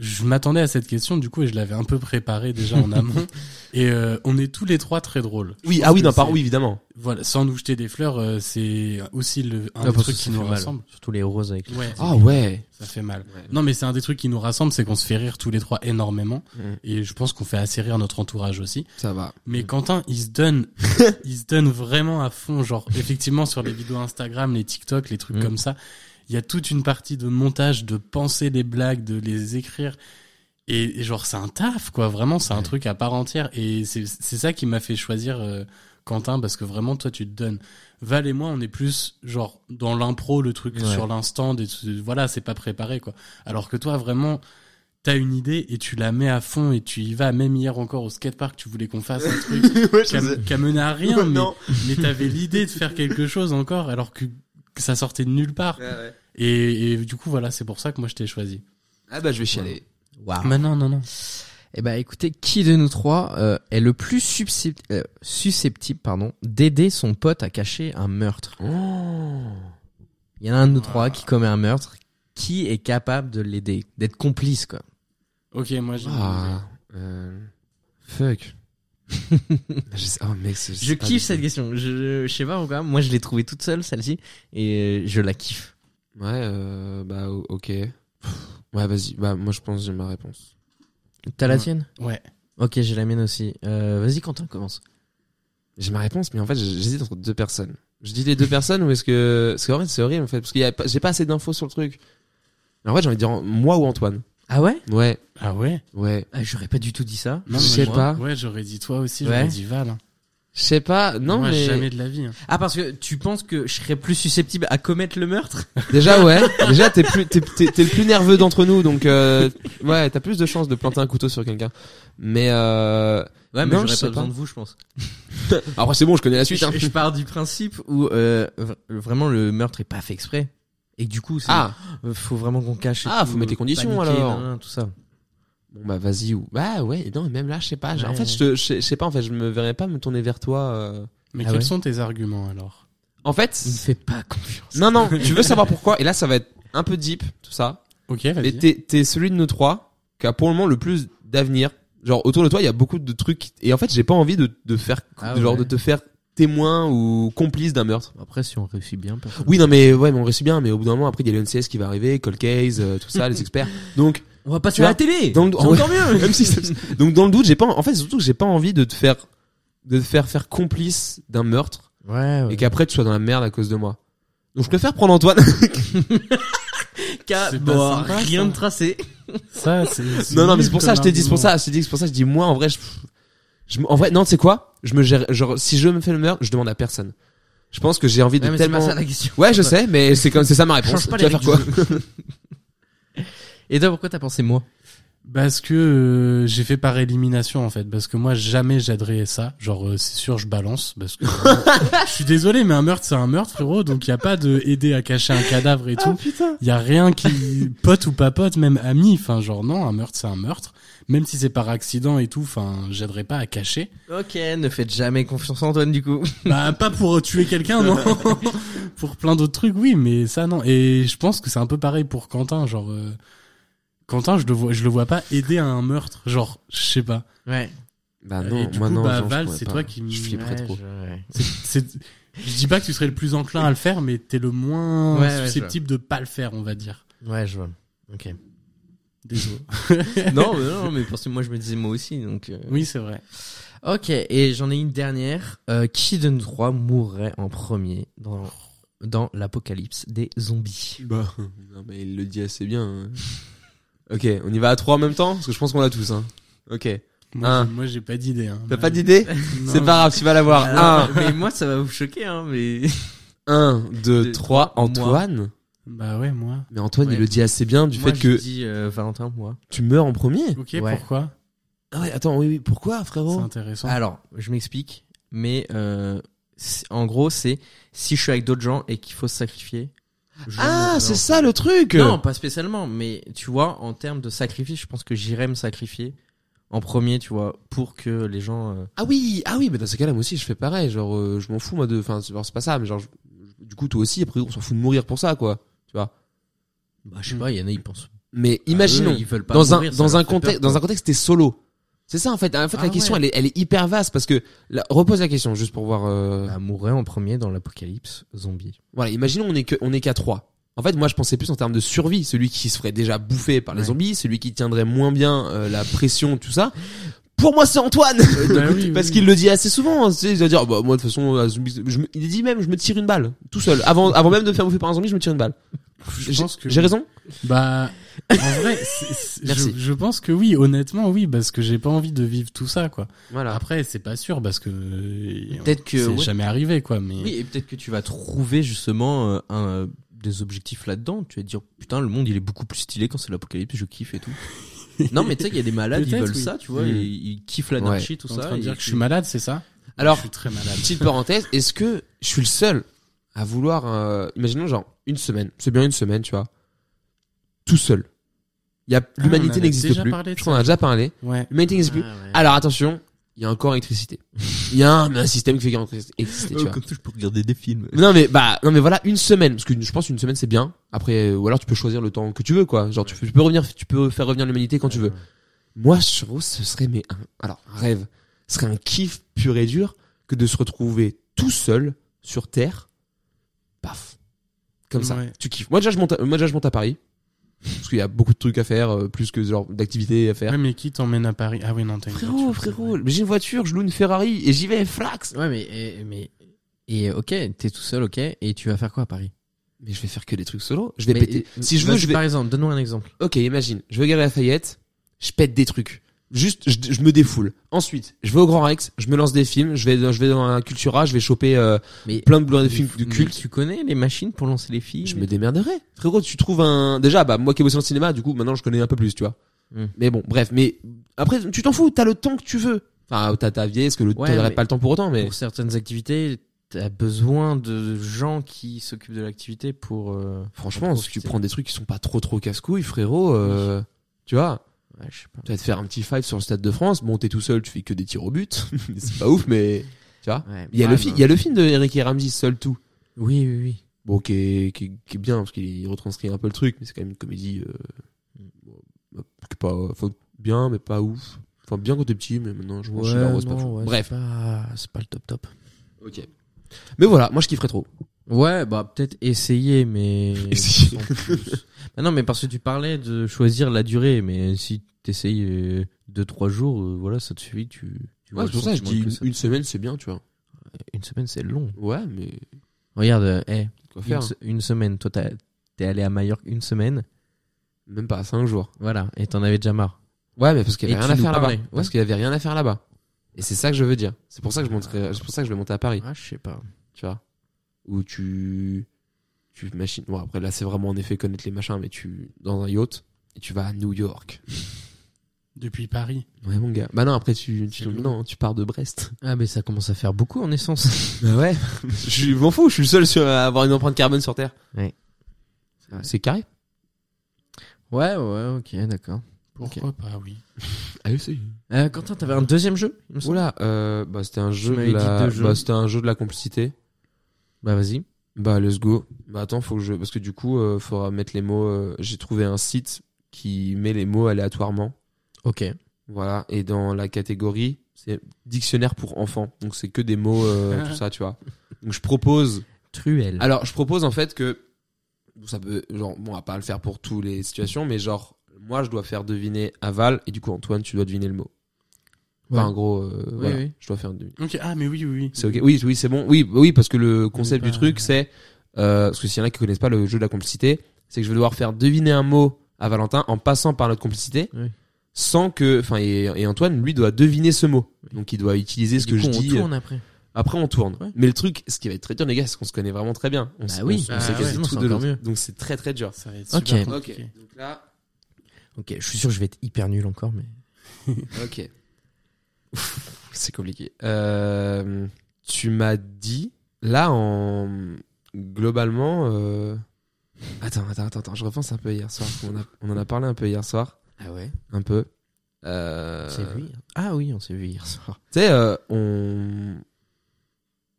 je m'attendais à cette question, du coup, et je l'avais un peu préparée déjà en amont. Et euh, on est tous les trois très drôles.
oui ah oui
que
non par
c'est-
oui évidemment
Voilà, sans nous jeter des fleurs, euh, c'est aussi le, un
Ah,
des
parce que
trucs
ça
qui
fait
nous
mal.
rassemble.
Surtout les roses avec
Ouais,
ah ouais
ça fait mal. Non, mais c'est un des trucs qui nous rassemble, c'est qu'on se fait rire tous les trois énormément.
Mm.
Et je pense qu'on fait assez rire notre entourage aussi.
ça va
Mais Quentin, il se donne,
*laughs*
il se donne vraiment à fond. Genre, effectivement, sur les vidéos Instagram, les TikTok, les trucs
Mm.
comme ça, il y a toute une partie de montage, de penser les blagues, de les écrire. Et, et genre, c'est un taf, quoi. Vraiment, c'est un truc à part entière. Et c'est c'est ça qui m'a fait choisir euh, Quentin, parce que vraiment, toi, tu te donnes. Val et moi, on est plus, genre, dans l'impro, le truc
Ouais.
sur l'instant. des- Voilà, c'est pas préparé, quoi. Alors que toi, vraiment, t'as une idée et tu la mets à fond et tu y vas. Même hier encore au skatepark, tu voulais qu'on fasse un truc qui a- qui a mené à rien, mais,
non.
mais t'avais l'idée de faire quelque chose encore, alors que que ça sortait de nulle part. Et, et du coup, voilà, c'est pour ça que moi je t'ai choisi.
ah bah je vais chialer
Waouh.
Mais non, non, non.
Eh ben, écoutez, qui de nous trois euh, est le plus susceptible, susceptible pardon, d'aider son pote à cacher un meurtre Oh. Il y en a un de nous trois qui commet un meurtre. Qui est capable de l'aider, d'être complice quoi
Ok, moi j'ai.
ah euh, *laughs* fuck je sais, oh mec c'est-
Je
c'est pas
kiffe
du-
cette question. Je, je sais pas pourquoi. Moi, je l'ai trouvée toute seule celle-ci et euh, je la kiffe.
ouais euh, bah o- ok ouais vas-y bah moi je pense que j'ai ma réponse
T'as la
Ouais.
tienne
Ouais.
Ok, j'ai la mienne aussi. Euh, Vas-y, Quentin, commence.
J'ai ma réponse, mais en fait, j'hésite entre deux personnes. Je dis les deux personnes ou est-ce que. Parce qu'en fait, c'est horrible, en fait, parce que j'ai pas assez d'infos sur le truc. Mais en fait, j'ai envie de dire en- moi ou Antoine.
Ah ouais
Ouais,
Ah ouais
ouais.
Ah, J'aurais pas du tout dit ça.
non,
Je
moi,
sais
moi-
pas.
Ouais, j'aurais dit toi aussi, j'aurais
Ouais.
dit Val. hein.
Je sais pas, non,
moi,
mais.
jamais de la vie. hein.
Ah parce que tu penses que je serais plus susceptible à commettre le meurtre
Déjà, ouais. Déjà, t'es plus, t'es, t'es- t'es le plus nerveux d'entre nous, donc, euh, ouais, t'as plus de chances de planter un couteau sur quelqu'un. Mais, euh,
Ouais, mais
Non,
j'aurais
je
pas,
sais
besoin
pas.
de vous, je pense.
après, c'est bon, je connais la suite, hein.
Je, je pars du principe où euh, v- vraiment le meurtre est pas fait exprès. Et que du coup, c'est-
Ah,
euh, faut vraiment qu'on cache. et
Ah,
tout,
faut mettre les
euh,
conditions,
paniquer,
alors.
nan, nan, tout ça.
bon, bah, vas-y, ou. Bah, ouais, non, même là, je sais pas. j'ai- en
Ouais,
fait,
ouais.
je te, je je sais pas, en fait, je me verrais pas me tourner vers toi. euh.
Mais
Ah
quels
ouais
sont tes arguments alors
En fait.
Il me fait pas confiance.
Non, non, tu veux
*laughs*
savoir pourquoi, et là, ça va être un peu deep, tout ça.
Ok, vas-y.
Mais t'es, t'es celui de nous trois qui a pour le moment le plus d'avenir. Genre autour de toi, il y a beaucoup de trucs. Et en fait, j'ai pas envie de, de faire,
Ah
genre
ouais.
de te faire témoin ou complice d'un meurtre.
Après, si on réussit bien, personne-
Oui, non, mais ouais, mais on réussit bien. Mais au bout d'un moment, après, il y a le NCS qui va arriver, Cold Case, euh,
*laughs*
tout ça, les experts. Donc,
on va passer
Tu
à
vois,
la télé.
dans le-
C'est encore mieux.
même si ça- *laughs* donc dans le doute, j'ai pas. En fait, c'est surtout que j'ai pas envie de te faire, de te faire faire complice d'un meurtre
Ouais.
et qu'après tu sois dans la merde à cause de moi. Donc je préfère prendre
*laughs*
Antoine.
Qu'à
C'est pas
bon,
sympa,
rien
ça.
de tracé.
Ça, c'est.
Non, non, mais c'est pour ça, je t'ai dit, c'est pour
argument.
ça, je t'ai dit, c'est pour ça, je dis, moi, en vrai, je, je- en vrai, non, tu sais quoi? Je me gère, genre, si je me fais le meurtre, je demande à personne. Je pense que j'ai envie de
Ouais, mais c'est
tellement.
pas ça la question.
Ouais, je sais, mais c'est comme, c'est ça ma réponse.
Change pas
tu vas
les
faire quoi?
règles Et toi, pourquoi t'as pensé moi
Parce que euh, j'ai fait par élimination en fait, parce que moi jamais j'adressais ça. Genre euh, c'est sûr je balance parce que je suis désolé mais un meurtre c'est un meurtre frérot, donc il y a pas de aider à cacher un cadavre et tout. Il y a rien qui pote ou pas pote, même ami. Enfin genre non, un meurtre c'est un meurtre, même si c'est par accident et tout. Enfin j'aiderais pas à cacher.
Ok, ne faites jamais confiance en Antoine du coup.
Bah pas pour euh, tuer quelqu'un non. *laughs* pour plein d'autres trucs oui, mais ça non. Et je pense que c'est un peu pareil pour Quentin. Genre euh, Quentin, je le vois, je le vois pas aider à un meurtre. Genre, je sais pas.
Ouais.
Bah
Et
non,
du
moi
coup,
non,
bah,
Jean, je
Val,
pourrais
c'est
pas.
toi qui me-
Je flipperais
Ouais,
trop.
je- ouais.
C'est- Je dis pas que tu serais le plus enclin à le faire, mais t'es le moins
Ouais, ouais,
susceptible de pas le faire, on va dire.
Ouais, je vois. Ok.
*laughs*
Désolé.
*laughs* non, mais non, mais parce que moi je me disais moi aussi, donc. euh,
oui, c'est vrai.
Ok, et j'en ai une dernière. Euh, qui de nous trois mourrait en premier dans, dans l'apocalypse des zombies
*laughs* Bah, non, mais il le dit assez bien. hein. ok, on y va à trois en même temps Parce que je pense qu'on l'a tous. Hein. Ok.
Moi,
Hein.
j'ai- moi, j'ai pas d'idée. hein.
T'as pas d'idée
Non.
C'est pas grave, tu vas l'avoir. *laughs*
Alors,
1,
Ah, mais moi ça va vous choquer, hein, *laughs* mais.
1, 2,
Deux,
3,
moi.
Antoine.
Bah ouais, moi.
Mais Antoine,
Ouais.
il le dit assez bien du
Moi,
fait
je
que
dis euh, Valentin, moi.
tu meurs en premier.
Ok,
Ouais.
pourquoi
Ah ouais, attends, oui, oui, pourquoi,
C'est
frérot
intéressant.
Alors, je m'explique, mais euh, c'est- en gros, c'est si je suis avec d'autres gens et qu'il faut se sacrifier. je
Ah,
mourrai en
c'est ça le truc
Non, pas spécialement, mais tu vois, en termes de sacrifice, je pense que j'irais me sacrifier en premier, tu vois, pour que les gens. euh,
Ah oui, ah oui, mais dans ce cas-là, moi aussi, je fais pareil. Genre, euh, je m'en fous, moi, de. Enfin, c'est alors, c'est pas ça, mais genre, je- du coup, toi aussi, après, on s'en fout de mourir pour ça, quoi. Tu vois
Bah, je sais pas, il y en a, ils pensent.
Mais
à
imaginons,
Ah, eux, ils veulent pas
dans,
mourir,
un,
ça
dans,
leur
un
fait peur,
contexte,
quoi.
*laughs*
dans un contexte, t'es solo. C'est ça, en fait. En fait, la
Ah
question,
ouais.
elle, est, elle est hyper vaste parce que. là, repose la question, juste pour voir. euh,
Bah, mourrait en premier dans l'apocalypse zombie.
Voilà, imaginons, on est que- on est qu'à 3. En fait, moi, je pensais plus en termes de survie. Celui qui se ferait déjà bouffer par les
Ouais.
zombies, celui qui tiendrait moins bien euh, la pression, tout ça. Pour moi, c'est Antoine *laughs*
Bah oui,
Parce
oui.
qu'il le dit assez souvent, hein, tu sais, il va dire, bah, moi, de toute façon, euh, zombie- je me- il dit même, je me tire une balle, tout seul. Avant, avant même de me faire bouffer par un zombie, je me tire une balle.
Je
J'ai
pense que
j'ai raison?
Bah, en
*laughs*
vrai, c'est- c'est-
Merci.
Je, je pense que oui, honnêtement, oui, parce que j'ai pas envie de vivre tout ça, quoi.
Voilà.
Après, c'est pas sûr, parce que euh,
Peut-être que.
c'est
ouais.
jamais arrivé, quoi. Mais
Oui, et peut-être que tu vas trouver justement euh, un, euh, des objectifs là-dedans. Tu vas te dire putain, le monde il est beaucoup plus stylé quand c'est l'apocalypse, je kiffe *laughs* et tout. non, mais tu sais, il y a des malades, ils
Peut-être,
veulent
oui.
ça, tu vois,
Mm.
et ils, kiffent l'anarchie, tout
t'es en
ça.
train de
et
dire que
tu-
je suis malade, c'est ça
Alors,
je suis très malade.
petite parenthèse, est-ce que je suis le seul à vouloir, euh, imaginons genre, une semaine, c'est bien une semaine, tu vois, tout seul. Il y a,
Ah, on
l'humanité
avait
n'existe
déjà
plus.
parlé de
Je crois qu'on en a déjà parlé.
Ah Ouais.
L'humanité n'existe plus. Alors attention, il y a
*laughs*
encore électricité. Il y a un, un système qui fait qu'il y a encore électricité, tu vois.
ça, je peux regarder des films.
Non mais bah non mais voilà une semaine parce que je pense une semaine c'est bien après euh, ou alors tu peux choisir le temps que tu veux quoi genre tu, peux- tu peux revenir tu peux faire revenir l'humanité quand tu veux moi je trouve ce serait mais un, alors un rêve ce serait un kiff pur et dur que de se retrouver tout seul sur terre paf comme ça
Ouais.
tu kiffes moi déjà je monte à, moi déjà je monte à Paris parce qu'il y a beaucoup de trucs à faire euh, plus que genre d'activités à faire
Ouais, mais qui t'emmène à Paris Ah oui, non, t'as une
frérot
voiture,
frérot mais j'ai une voiture je loue une Ferrari et j'y vais flax
Ouais, mais et, mais et ok, t'es tout seul, ok, et tu vas faire quoi à Paris
mais je vais faire que des trucs solo je vais
Mais,
péter
euh,
si je veux
vas-y,
je vais
Par exemple, donne-nous un exemple.
Ok, imagine, je vais à Lafayette, je pète des trucs. Juste, je, je me défoule. Ensuite, je vais au Grand Rex, je me lance des films, je vais, dans- je vais dans un Cultura, je vais choper euh,
Mais
plein de, plein de
mais-
films de
mais
culte.
Tu connais les machines pour lancer les filles
Je me démerderai. Frérot, tu trouves un... Déjà, bah moi qui ai bossé en cinéma, du coup, maintenant je connais un peu plus, tu vois.
Mm.
Mais bon, bref. Mais après, tu t'en fous, t'as le temps que tu veux. Enfin, t'as ta vieille, parce que le
Ouais,
t'aurais
mais-
pas le temps pour autant, mais...
Pour certaines activités, t'as besoin de gens qui s'occupent de l'activité pour. euh,
Franchement,
en
si tu
profiter.
prends des trucs qui sont pas trop trop casse-couilles, frérot, euh, tu vois...
Ouais, je sais pas.
Peut-être faire un petit fight sur le Stade de France. Bon, t'es tout seul, tu fais que des tirs au but. *laughs* c'est pas ouf, mais... Tu vois
Ouais,
Il y, a
ouais, non.
le fi- il y a le film de Eric et Ramsey, Seul Tout.
Oui, oui, oui.
Bon, qui est, qui est, qui est bien, parce qu'il retranscrit un peu le truc, mais c'est quand même une comédie euh, bon, qui est pas, enfin, bien, mais pas ouf. Enfin, bien quand t'es petit, mais maintenant, je pense que
Ouais,
Sheila Rose, pas
non,
fou.
ouais,
Bref,
c'est pas- c'est pas le top top.
ok. Mais voilà, moi, je kifferais trop.
Ouais, bah peut-être essayer,
*laughs*
mais
Essayer.
sans plus. Bah non, mais parce que tu parlais de choisir la durée, mais si t'essayes euh, deux trois jours, euh, voilà, ça te suffit. Tu, tu vois
Ouais, c'est
le
pour ça que je
sentiment
dis
que
une,
ça-
une semaine, c'est bien, tu vois.
une semaine, c'est long.
Ouais, mais
Regarde, euh, hey,
quoi
une,
faire hein.
se- une semaine. Toi, t'as- t'es allé à Majorque une semaine,
Même pas, cinq jours.
voilà, et t'en avais déjà marre.
Ouais, mais parce qu'il y
Et
avait
tu
rien à
nous
faire là-bas.
parlais, ouais.
Parce qu'il y avait rien à faire là-bas. Et c'est ça que je veux dire. C'est pour ça que je monterai, c'est pour ça que je vais monter à Paris.
Ah, je sais pas.
tu vois où tu tu machines bon après là c'est vraiment en effet connaître les machins mais tu dans un yacht et tu vas à New York
Depuis Paris.
ouais mon gars bah non après tu,
C'est
tu
lourd.
non tu pars de
*laughs*
Brest
Ah, mais ça commence à faire beaucoup en essence. *laughs*
bah ouais je suis- m'en fous je suis le seul sur, à avoir une empreinte carbone sur Terre
Ouais. vrai.
c'est carré
ouais, ouais, ok, d'accord.
Pourquoi pas, oui.
ah oui
Euh, Quentin, t'avais un deuxième jeu il me semble
oula euh, bah c'était un jeu de
m'avais dit
la
deux jeux.
bah, c'était un jeu de la complicité
Bah vas-y.
Bah let's go. Bah attends, faut que je parce que du coup euh, faudra mettre les mots euh, j'ai trouvé un site qui met les mots aléatoirement.
Ok.
Voilà. Et dans la catégorie, c'est dictionnaire pour enfants. Donc c'est que des mots, euh, tout ça, tu vois. Donc je propose.
Truelle.
Alors je propose en fait que bon, ça peut, genre, bon, on va pas le faire pour toutes les situations, mais genre moi je dois faire deviner aval et du coup Antoine tu dois deviner le mot. Enfin,
Ouais.
en gros, euh, voilà,
oui.
je dois faire deviner.
Ok, ah, mais oui, oui, oui.
C'est ok. Oui, oui, c'est bon. Oui, bah oui, parce que le concept
pas-
du truc, c'est euh, parce que s'il y en a qui connaissent pas le jeu de la complicité, c'est que je vais devoir faire deviner un mot à Valentin en passant par notre complicité,
Oui.
sans que, enfin, et, et Antoine lui doit deviner ce mot. Donc il doit utiliser ce
Du
que je
coup, on
dis. euh,
tourne après.
Après, on tourne.
Ouais.
Mais le truc, ce qui va être très dur, les gars, c'est qu'on se connaît vraiment très bien. On
Bah
sait-
oui.
on, on
Ah
sait
ouais,
quasi
sinon,
tout
c'est
de
encore
l'autre.
mieux.
Donc c'est très très dur.
Ça va être
Ok.
super
Ok.
compliqué.
Donc là,
Ok, je suis sûr que je vais être hyper nul encore, mais.
ok. c'est compliqué. Euh, tu m'as dit là en globalement. euh, Attends, attends, attends, attends, je repense un peu hier soir. On, a- on en a parlé un peu hier soir,
Ah ouais.
un peu. Euh,
On s'est vu. hier- Ah oui, on s'est vu hier soir.
Tu sais, euh, on...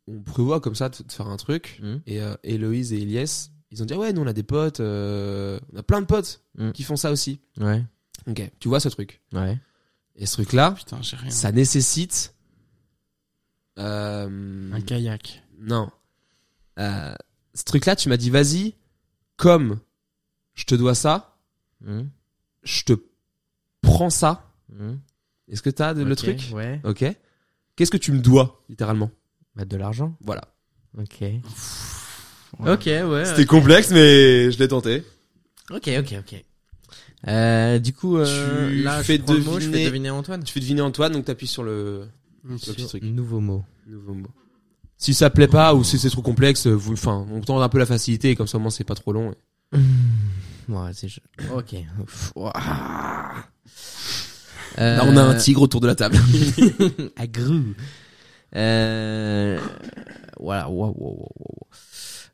on prévoit comme ça de de faire un truc.
Hmm.
Et euh, Héloïse et Elias, ils ont dit Ah Ouais, nous on a des potes, euh, on a plein de potes
Mm.
qui font ça aussi.
Ouais.
Ok, tu vois ce truc.
Ouais.
Et ce truc-là,
Putain, j'ai rien.
ça nécessite. euh,
Un kayak.
Non. Euh, ce truc-là, tu m'as dit Vas-y, comme je te dois ça,
Hmm,
je te prends ça.
hmm.
Est-ce que t'as de- le
Ok,
truc
Ouais.
Ok. Qu'est-ce que tu me dois, littéralement
Bah, de l'argent.
Voilà.
Ok. Ok, ouais.
C'était complexe, mais je l'ai tenté.
Ok, ok, ok. Euh, du coup, euh,
Tu
là,
fais
je prends le mot, je fais
deviner-
deviner Antoine.
Tu fais deviner Antoine, donc t'appuies sur le, sur le petit truc.
Nouveau mot.
Nouveau mot. Si ça plaît pas ou si c'est trop complexe, vous, enfin, on tente un peu la facilité, comme ça au moins c'est pas trop long.
Ouais, c'est ch- Ok. Pff, ouah.
Là, on a un
Euh,
tigre autour de la table.
*laughs* à Gru. Euh, Voilà, wow, wow, wow, wow.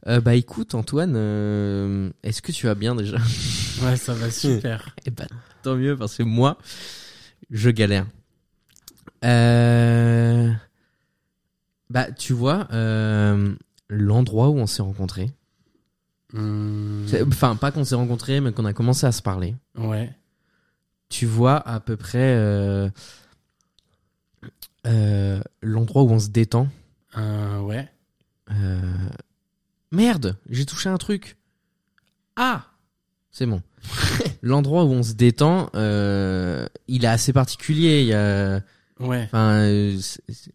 Euh, bah écoute Antoine, euh, est-ce que tu vas bien déjà
*laughs* Ouais, ça va super.
*laughs* Eh ben, *laughs* tant mieux parce que moi, je galère. Euh, Bah tu vois, euh, l'endroit où on s'est rencontrés,
Hum,
c'est- enfin pas qu'on s'est rencontrés mais qu'on a commencé à se parler,
Ouais.
tu vois à peu près euh, euh, l'endroit où on se détend.
Euh, ouais.
Euh, Merde, j'ai touché un truc. Ah C'est
*laughs*
bon. L'endroit où on se détend, euh, il est assez particulier. il y a-
Ouais.
Enfin, euh, c'est- c'est-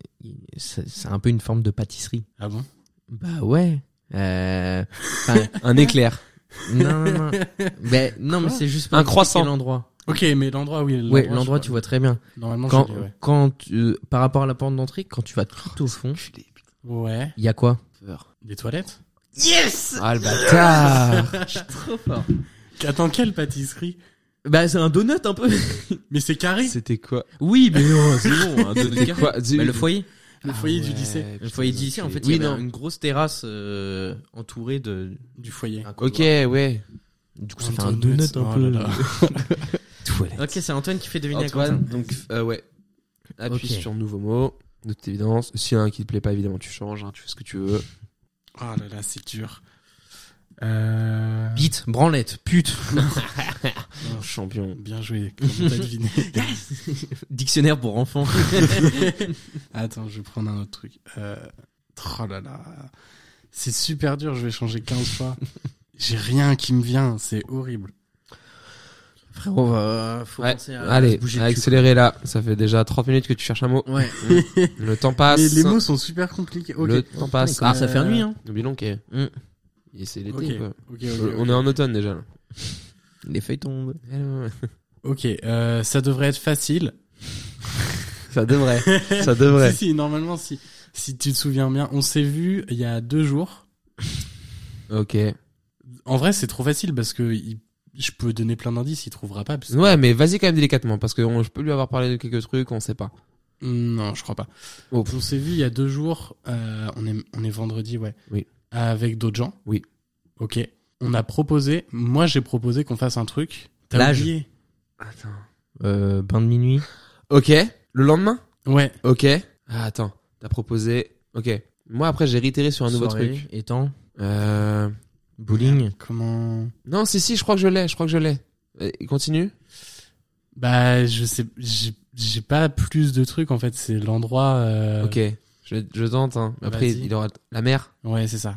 c'est c'est un peu une forme de pâtisserie.
Ah bon
Bah ouais. Euh, enfin,
*laughs* un éclair.
non,
*laughs*
non, non. Ben, non, mais
Quoi
c'est juste
Un
pour expliquer
croissant.
L'endroit.
Ok, mais l'endroit où il
Ouais, l'endroit tu
je-
vois très bien.
Normalement,
Quand,
je l'ai, ouais.
quand tu- euh, par rapport à la porte d'entrée, quand tu vas tout au fond,
Ouais.
il y a quoi
Des toilettes
Ah le bâtard
Attends, quelle pâtisserie
*laughs* Bah c'est un donut un peu.
Mais c'est carré.
C'était quoi
Oui, mais non, *laughs* c'est bon. un donut
C'était
carré.
quoi
Bah, le foyer.
Le
Ah
foyer du
ouais,
lycée.
Le
putain,
foyer
les
d'ici, en fait,
enculés.
il y
Oui,
avait
non.
une grosse terrasse euh, entourée de.
Du foyer.
d'un
Ok,
couloir.
ouais.
Du coup, ça fait un donut un
oh
peu.
là là. *laughs*
Ok, c'est Antoine qui fait deviner
Antoine, donc euh, ouais. Appuie
Ok.
sur nouveau mot, de toute évidence. S'il y en a un qui te plaît pas, évidemment, tu changes, hein, tu fais ce que tu veux.
Oh là là, c'est dur. Euh...
Bite, branlette, pute. *laughs*
Oh, champion.
Bien joué.
*laughs*
Comment t'as deviné
Dictionnaire pour *laughs* enfants.
Attends, je vais prendre un autre truc. Euh... Oh là là. C'est super dur, je vais changer
*laughs*
15 fois. J'ai rien qui me vient, c'est horrible.
Frérot, va- faut
Ouais,
penser à.
Allez,
euh, se bouger le cul.
accélérez là. Ça fait déjà 30 minutes que tu cherches un mot.
*laughs*
Ouais.
Le temps passe.
Mais *laughs* les mots sont super compliqués. Ok. Hmm.
Ah, Le temps passe.
Ah, ça fait un nuit, hein.
Oublions que
Mm.
et c'est l'été
Ok,
quoi.
ok, ok,
Euh,
ok.
On est en automne déjà. là.
Les feuilles tombent.
Eh Ok, euh, ça devrait
*laughs*
être facile.
Ça devrait. ça devrait.
Si, si, normalement, si, si tu te souviens bien, on s'est vu il y a deux jours.
Ok.
En vrai, c'est trop facile parce que il- je peux donner plein d'indices, il trouvera pas. parce que-
Ouais, mais vas-y quand même délicatement parce que on- je peux lui avoir parlé de quelques trucs, on sait pas.
Non, je crois pas.
Oh.
On s'est vu il y a deux jours. euh, on est on est vendredi, ouais.
Oui.
Avec d'autres gens.
Oui.
Ok. On a proposé. Moi, j'ai proposé qu'on fasse un truc. T'as
Plage.
oublié
Attends.
Euh, bain de minuit.
Ok. Le lendemain.
Ouais.
Ok. Ah, attends. T'as proposé. Ok. Moi après j'ai réitéré sur un nouveau
soirée,
truc.
Étang.
Euh...
Bowling.
Comment
Non, si si, je crois que je l'ai. Je crois que je l'ai. Euh, Continue.
Bah, je sais, j'ai j'ai pas plus de trucs en fait. C'est l'endroit. euh,
Ok. Je, je tente. hein. Après,
Vas-y.
il aura la mer.
Ouais, c'est ça.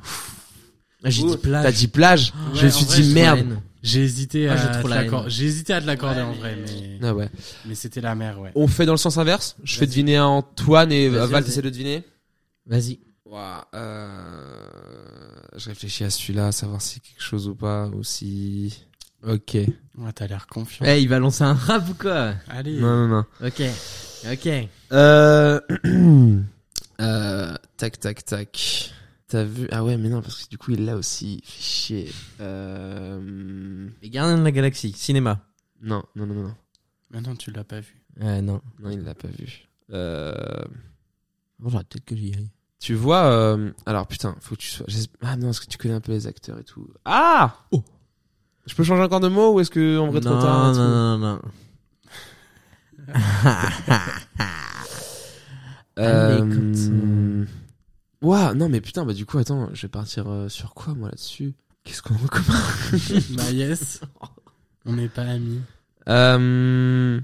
Ah, J'ai
Ouh,
dit plage.
T'as dit plage.
Ouais,
je me suis
en vrai,
dit
je
merde.
Merde.
J'ai hésité,
Ah,
à
j'ai
te
trop la haine.
l'accor- j'ai hésité à te l'accorder en vrai, mais,
Ah ouais.
mais c'était la mer, ouais.
On fait dans le sens inverse. Je fais
Vas-y.
deviner à Antoine et
Vas-y,
Val
vas-y.
t'essaies de deviner.
Vas-y.
Ouah, euh, Je réfléchis à celui-là, à savoir si quelque chose ou pas, ou si. Hmm. Ok.
Ouais, t'as l'air confiant.
Eh, il va lancer un rap ou quoi
Allez.
Non, non, non.
Ok. Ok.
Euh... *clears throat* euh, Tac, tac, tac. T'as vu Ah ouais, mais non, parce que du coup, il est là aussi. Fais chier. Euh...
Les Gardiens de la Galaxie, cinéma.
Non, non, non, non, non.
Maintenant, tu l'as pas vu. *laughs*
Euh, non.
Non, il l'a pas vu. Euh...
Bon, j'aurais peut-être que j'y aille.
Tu vois, euh, alors putain, faut que tu sois. j'es- Ah non, est-ce que tu connais un peu les acteurs et tout Ah
Oh.
Je peux changer encore de mot ou est-ce que en vrai trop tard et tout
non, non, non. Allez,
Euh... Ouah, non mais putain, bah du coup, attends, je vais partir euh, sur quoi moi là-dessus Qu'est-ce qu'on *laughs* recommande
bah
*laughs*
yes. On n'est pas amis.
euh...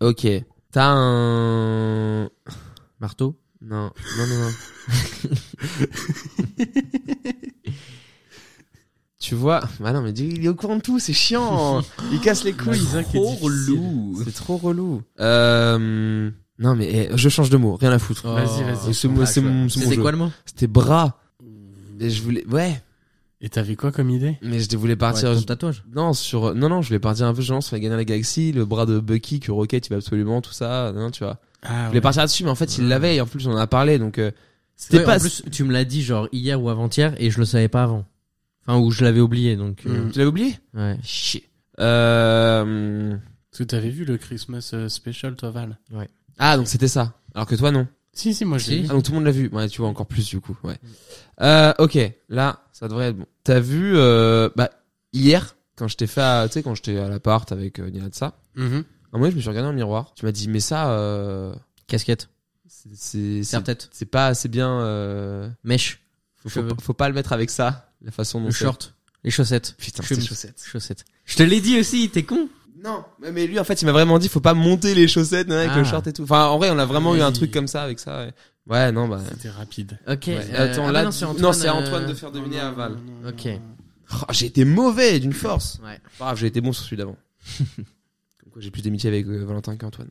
Ok, t'as un marteau Non, non, non, non. Tu vois, bah non mais dis- il est au courant de tout, c'est chiant. Il casse les couilles.
C'est ça qui est
Trop
difficile.
relou. C'est trop relou. Euh... Non mais eh, je change de mot, rien à foutre.
Vas-y, vas-y.
C'est mon- c'est mon- c'est mon
C'était
jeu.
quoi le mot
C'était bras. Et je voulais, ouais,
Et t'avais quoi comme idée
mais je voulais partir.
Ouais, ton tatouage.
Non, sur, non, non, je voulais partir un peu genre sur les Gardiens de la Galaxie, le bras de Bucky que Rocket il va absolument, tout ça, non, tu vois.
Ah,
Je
ouais.
voulais partir là-dessus, mais en fait il l'avait et en plus on en a parlé donc. euh, C'était
Euh. Ouais,
pas.
En plus, tu me l'as dit genre hier ou avant-hier et je le savais pas avant. Enfin, ou je l'avais oublié donc. euh,
Tu l'avais oublié
Ouais.
Chier. Euh...
Parce que t'avais vu le Christmas euh, Special, toi, Val
Ah donc c'était ça. Alors que toi non.
Si, si, moi je l'ai
Si.
vu. Mm.
Ah donc tout le monde l'a vu. Ouais, tu vois encore plus du coup. Ouais. Euh, ok, là ça devrait être bon. T'as vu euh, bah hier quand j'étais fait, à- tu sais quand j'étais à l'appart avec euh, Nina de ça.
Mhm.
À un moment, je me suis regardé dans le miroir. Tu m'as dit, mais ça, euh,
Casquette,
c'est- c'est c'est-
serre-tête,
c'est pas assez bien. euh,
mèche,
faut, faut,
Cheveux.
pas- faut pas le mettre avec ça, la façon dont.
le
c'est-
short, les chaussettes.
Putain,
Chemise.
c'était chaussettes.
Chaussettes. Je te l'ai dit aussi, t'es con.
Non, mais mais lui, en fait, il m'a vraiment dit, faut pas monter les chaussettes hein, avec
Ah.
le short et tout. Enfin, en vrai, on a vraiment eu un
Oui.
truc comme ça avec ça. Ouais, Ouais, non, bah.
C'était rapide.
Ok.
ouais.
euh,
Attends,
ah bah
là,
non,
tu-
c'est Antoine,
non, c'est
euh,
Antoine, de faire deviner à Val.
Ok.
Oh, j'ai été mauvais d'une force.
Ouais.
Pas grave, j'ai été bon sur celui d'avant. *laughs* Comme quoi, j'ai plus d'amitié avec euh, Valentin qu'Antoine.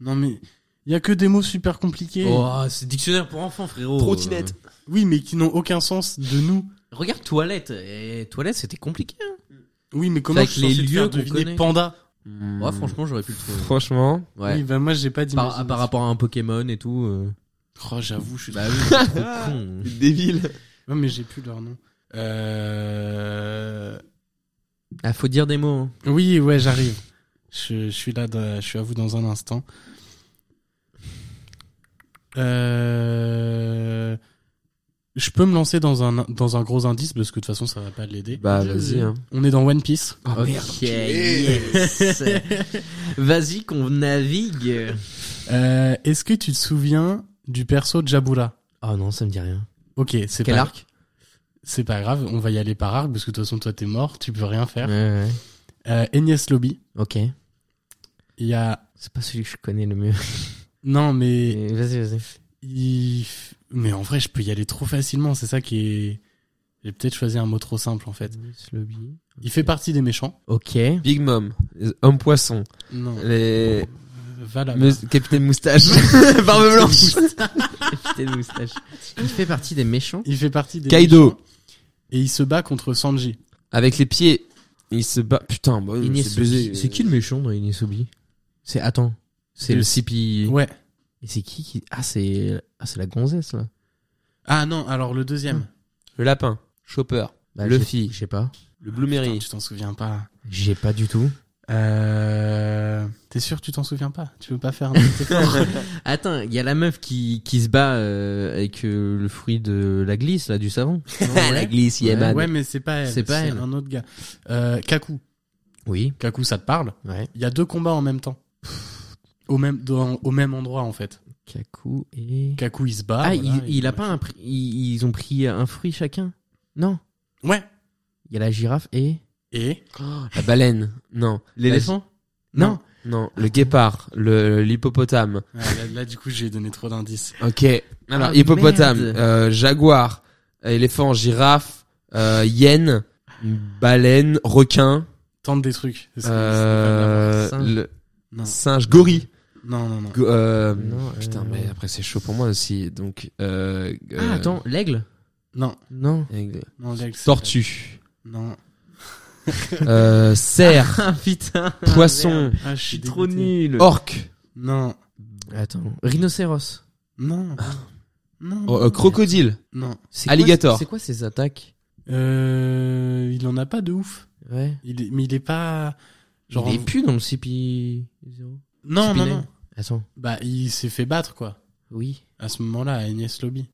Non, mais il y a que des mots super compliqués.
Oh, c'est dictionnaire pour enfants, frérot.
Trottinette.
Oui, mais qui n'ont aucun sens de nous.
Euh, Regarde toilette. Et toilette, c'était compliqué. hein.
Oui, mais comment
Avec
je suis censé
les
te faire
lieux qu'on
deviner
connaît.
panda
Ouais, franchement, euh, j'aurais pu
Hmm.
le trouver.
Franchement.
Ouais.
Oui, bah moi j'ai pas dit.
Par, à- par rapport à un Pokémon et tout. euh,
Oh, j'avoue, je suis.
Bah oui, c'est trop
Ah.
con.
Débile.
*laughs* Ouais, mais j'ai plus leur nom. Euh...
Ah, faut dire des mots. hein.
Oui, ouais, j'arrive. Je, je suis là, dans- je suis à vous dans un instant. Euh... Je peux me lancer dans un dans un gros indice parce que de toute façon ça va pas l'aider.
Bah, vas-y, hein.
On est dans One Piece.
ok, Eh yes. Vas-y qu'on navigue.
*laughs* Euh, Est-ce que tu te souviens du perso de Jabura
Oh non, ça me dit rien.
Ok, c'est
Quel
pas
arc
c'est pas grave. On va y aller par arc parce que de toute façon toi t'es mort, tu peux rien faire.
Ouais, ouais.
Euh, Agnès Lobby.
Ok.
Il y a
C'est pas celui que je connais le mieux.
non mais
Mais Vas-y, vas-y.
Il f- Mais en vrai, je peux y aller trop facilement, c'est ça qui est... J'ai peut-être choisi un mot trop simple, en fait.
Lobby.
Il fait partie des méchants.
Ok.
Big Mom. les Hommes poisson.
Non.
Les...
Va là.
Mus- Capitaine Moustache. *laughs* Barbe blanche.
Putain de moustache. Il fait partie des méchants.
Il fait partie des
Kaido.
méchants. Et il se bat contre Sanji.
Avec les pieds. Il se bat. Putain, bah, oui, c'est
Inesubi.
baisé.
C'est qui le méchant dans Inesubi C'est attends. C'est
Le-
le CP.
Ouais.
Et c'est qui qui Ah c'est ah c'est la gonzesse là.
Ah non, alors le deuxième.
Le lapin. Chopper.
Bah,
Luffy.
j'ai- Je sais pas.
Le
Putain,
Bloomery.
tu t'en souviens pas.
J'ai pas du tout.
Euh... T'es sûr que tu t'en souviens pas Tu veux pas faire
*laughs*
un petit effort
Attends, il y a la meuf qui qui se bat euh, avec euh, le fruit de la glisse là du savon.
Non, ouais.
glisse,
Ouais,
Yaman.
Ouais, mais c'est pas elle.
C'est pas elle.
un autre gars. Euh, Kaku.
Oui.
Kaku, ça te parle
Ouais.
Il y a deux combats en même temps. Au même, dans- au même endroit, en fait.
Kaku et.
Kaku, il se bat.
Ah,
voilà,
il, il a pas un prix. Ils ils ont pris un fruit chacun. Non.
Ouais.
Il y a la girafe et.
Et
La baleine. Non.
L'éléphant
La- Non. Non. Le guépard. Le l'hippopotame.
Ah, là, là, du coup, j'ai donné trop d'indices.
Ok. Alors
Ah,
hippopotame,
merde.
euh, jaguar, éléphant, girafe, euh, hyène, baleine, requin,
Tente des trucs. Parce que
euh,
ça n'a pas
le-
Non.
singe, gorille.
Non, non, non.
Go- euh,
Non, euh,
Putain,
non.
mais après c'est chaud pour moi aussi. Donc. Euh,
Ah,
euh,
attends, l'aigle
Non,
Non.
aigle.
non, Lex, c'est
Tortue,
pas- Non.
euh,
*laughs*
cerf,
Ah, putain.
poisson,
Ah, je suis dégoûté.
nul.
orque,
Non,
Attends. Rhinocéros.
non.
Ah.
Non.
Oh,
euh, crocodile.
Non.
C'est quoi-
Alligator.
C'est quoi ces attaques
Euh, il en a pas de ouf.
Ouais.
Il est- mais il est pas. Genre.
Genre... Il est plus dans le CP. zéro.
non, non,
Spinet.
non.
Attends.
Bah, il s'est fait battre, quoi.
Oui.
À ce moment-là, à Agnès Lobby.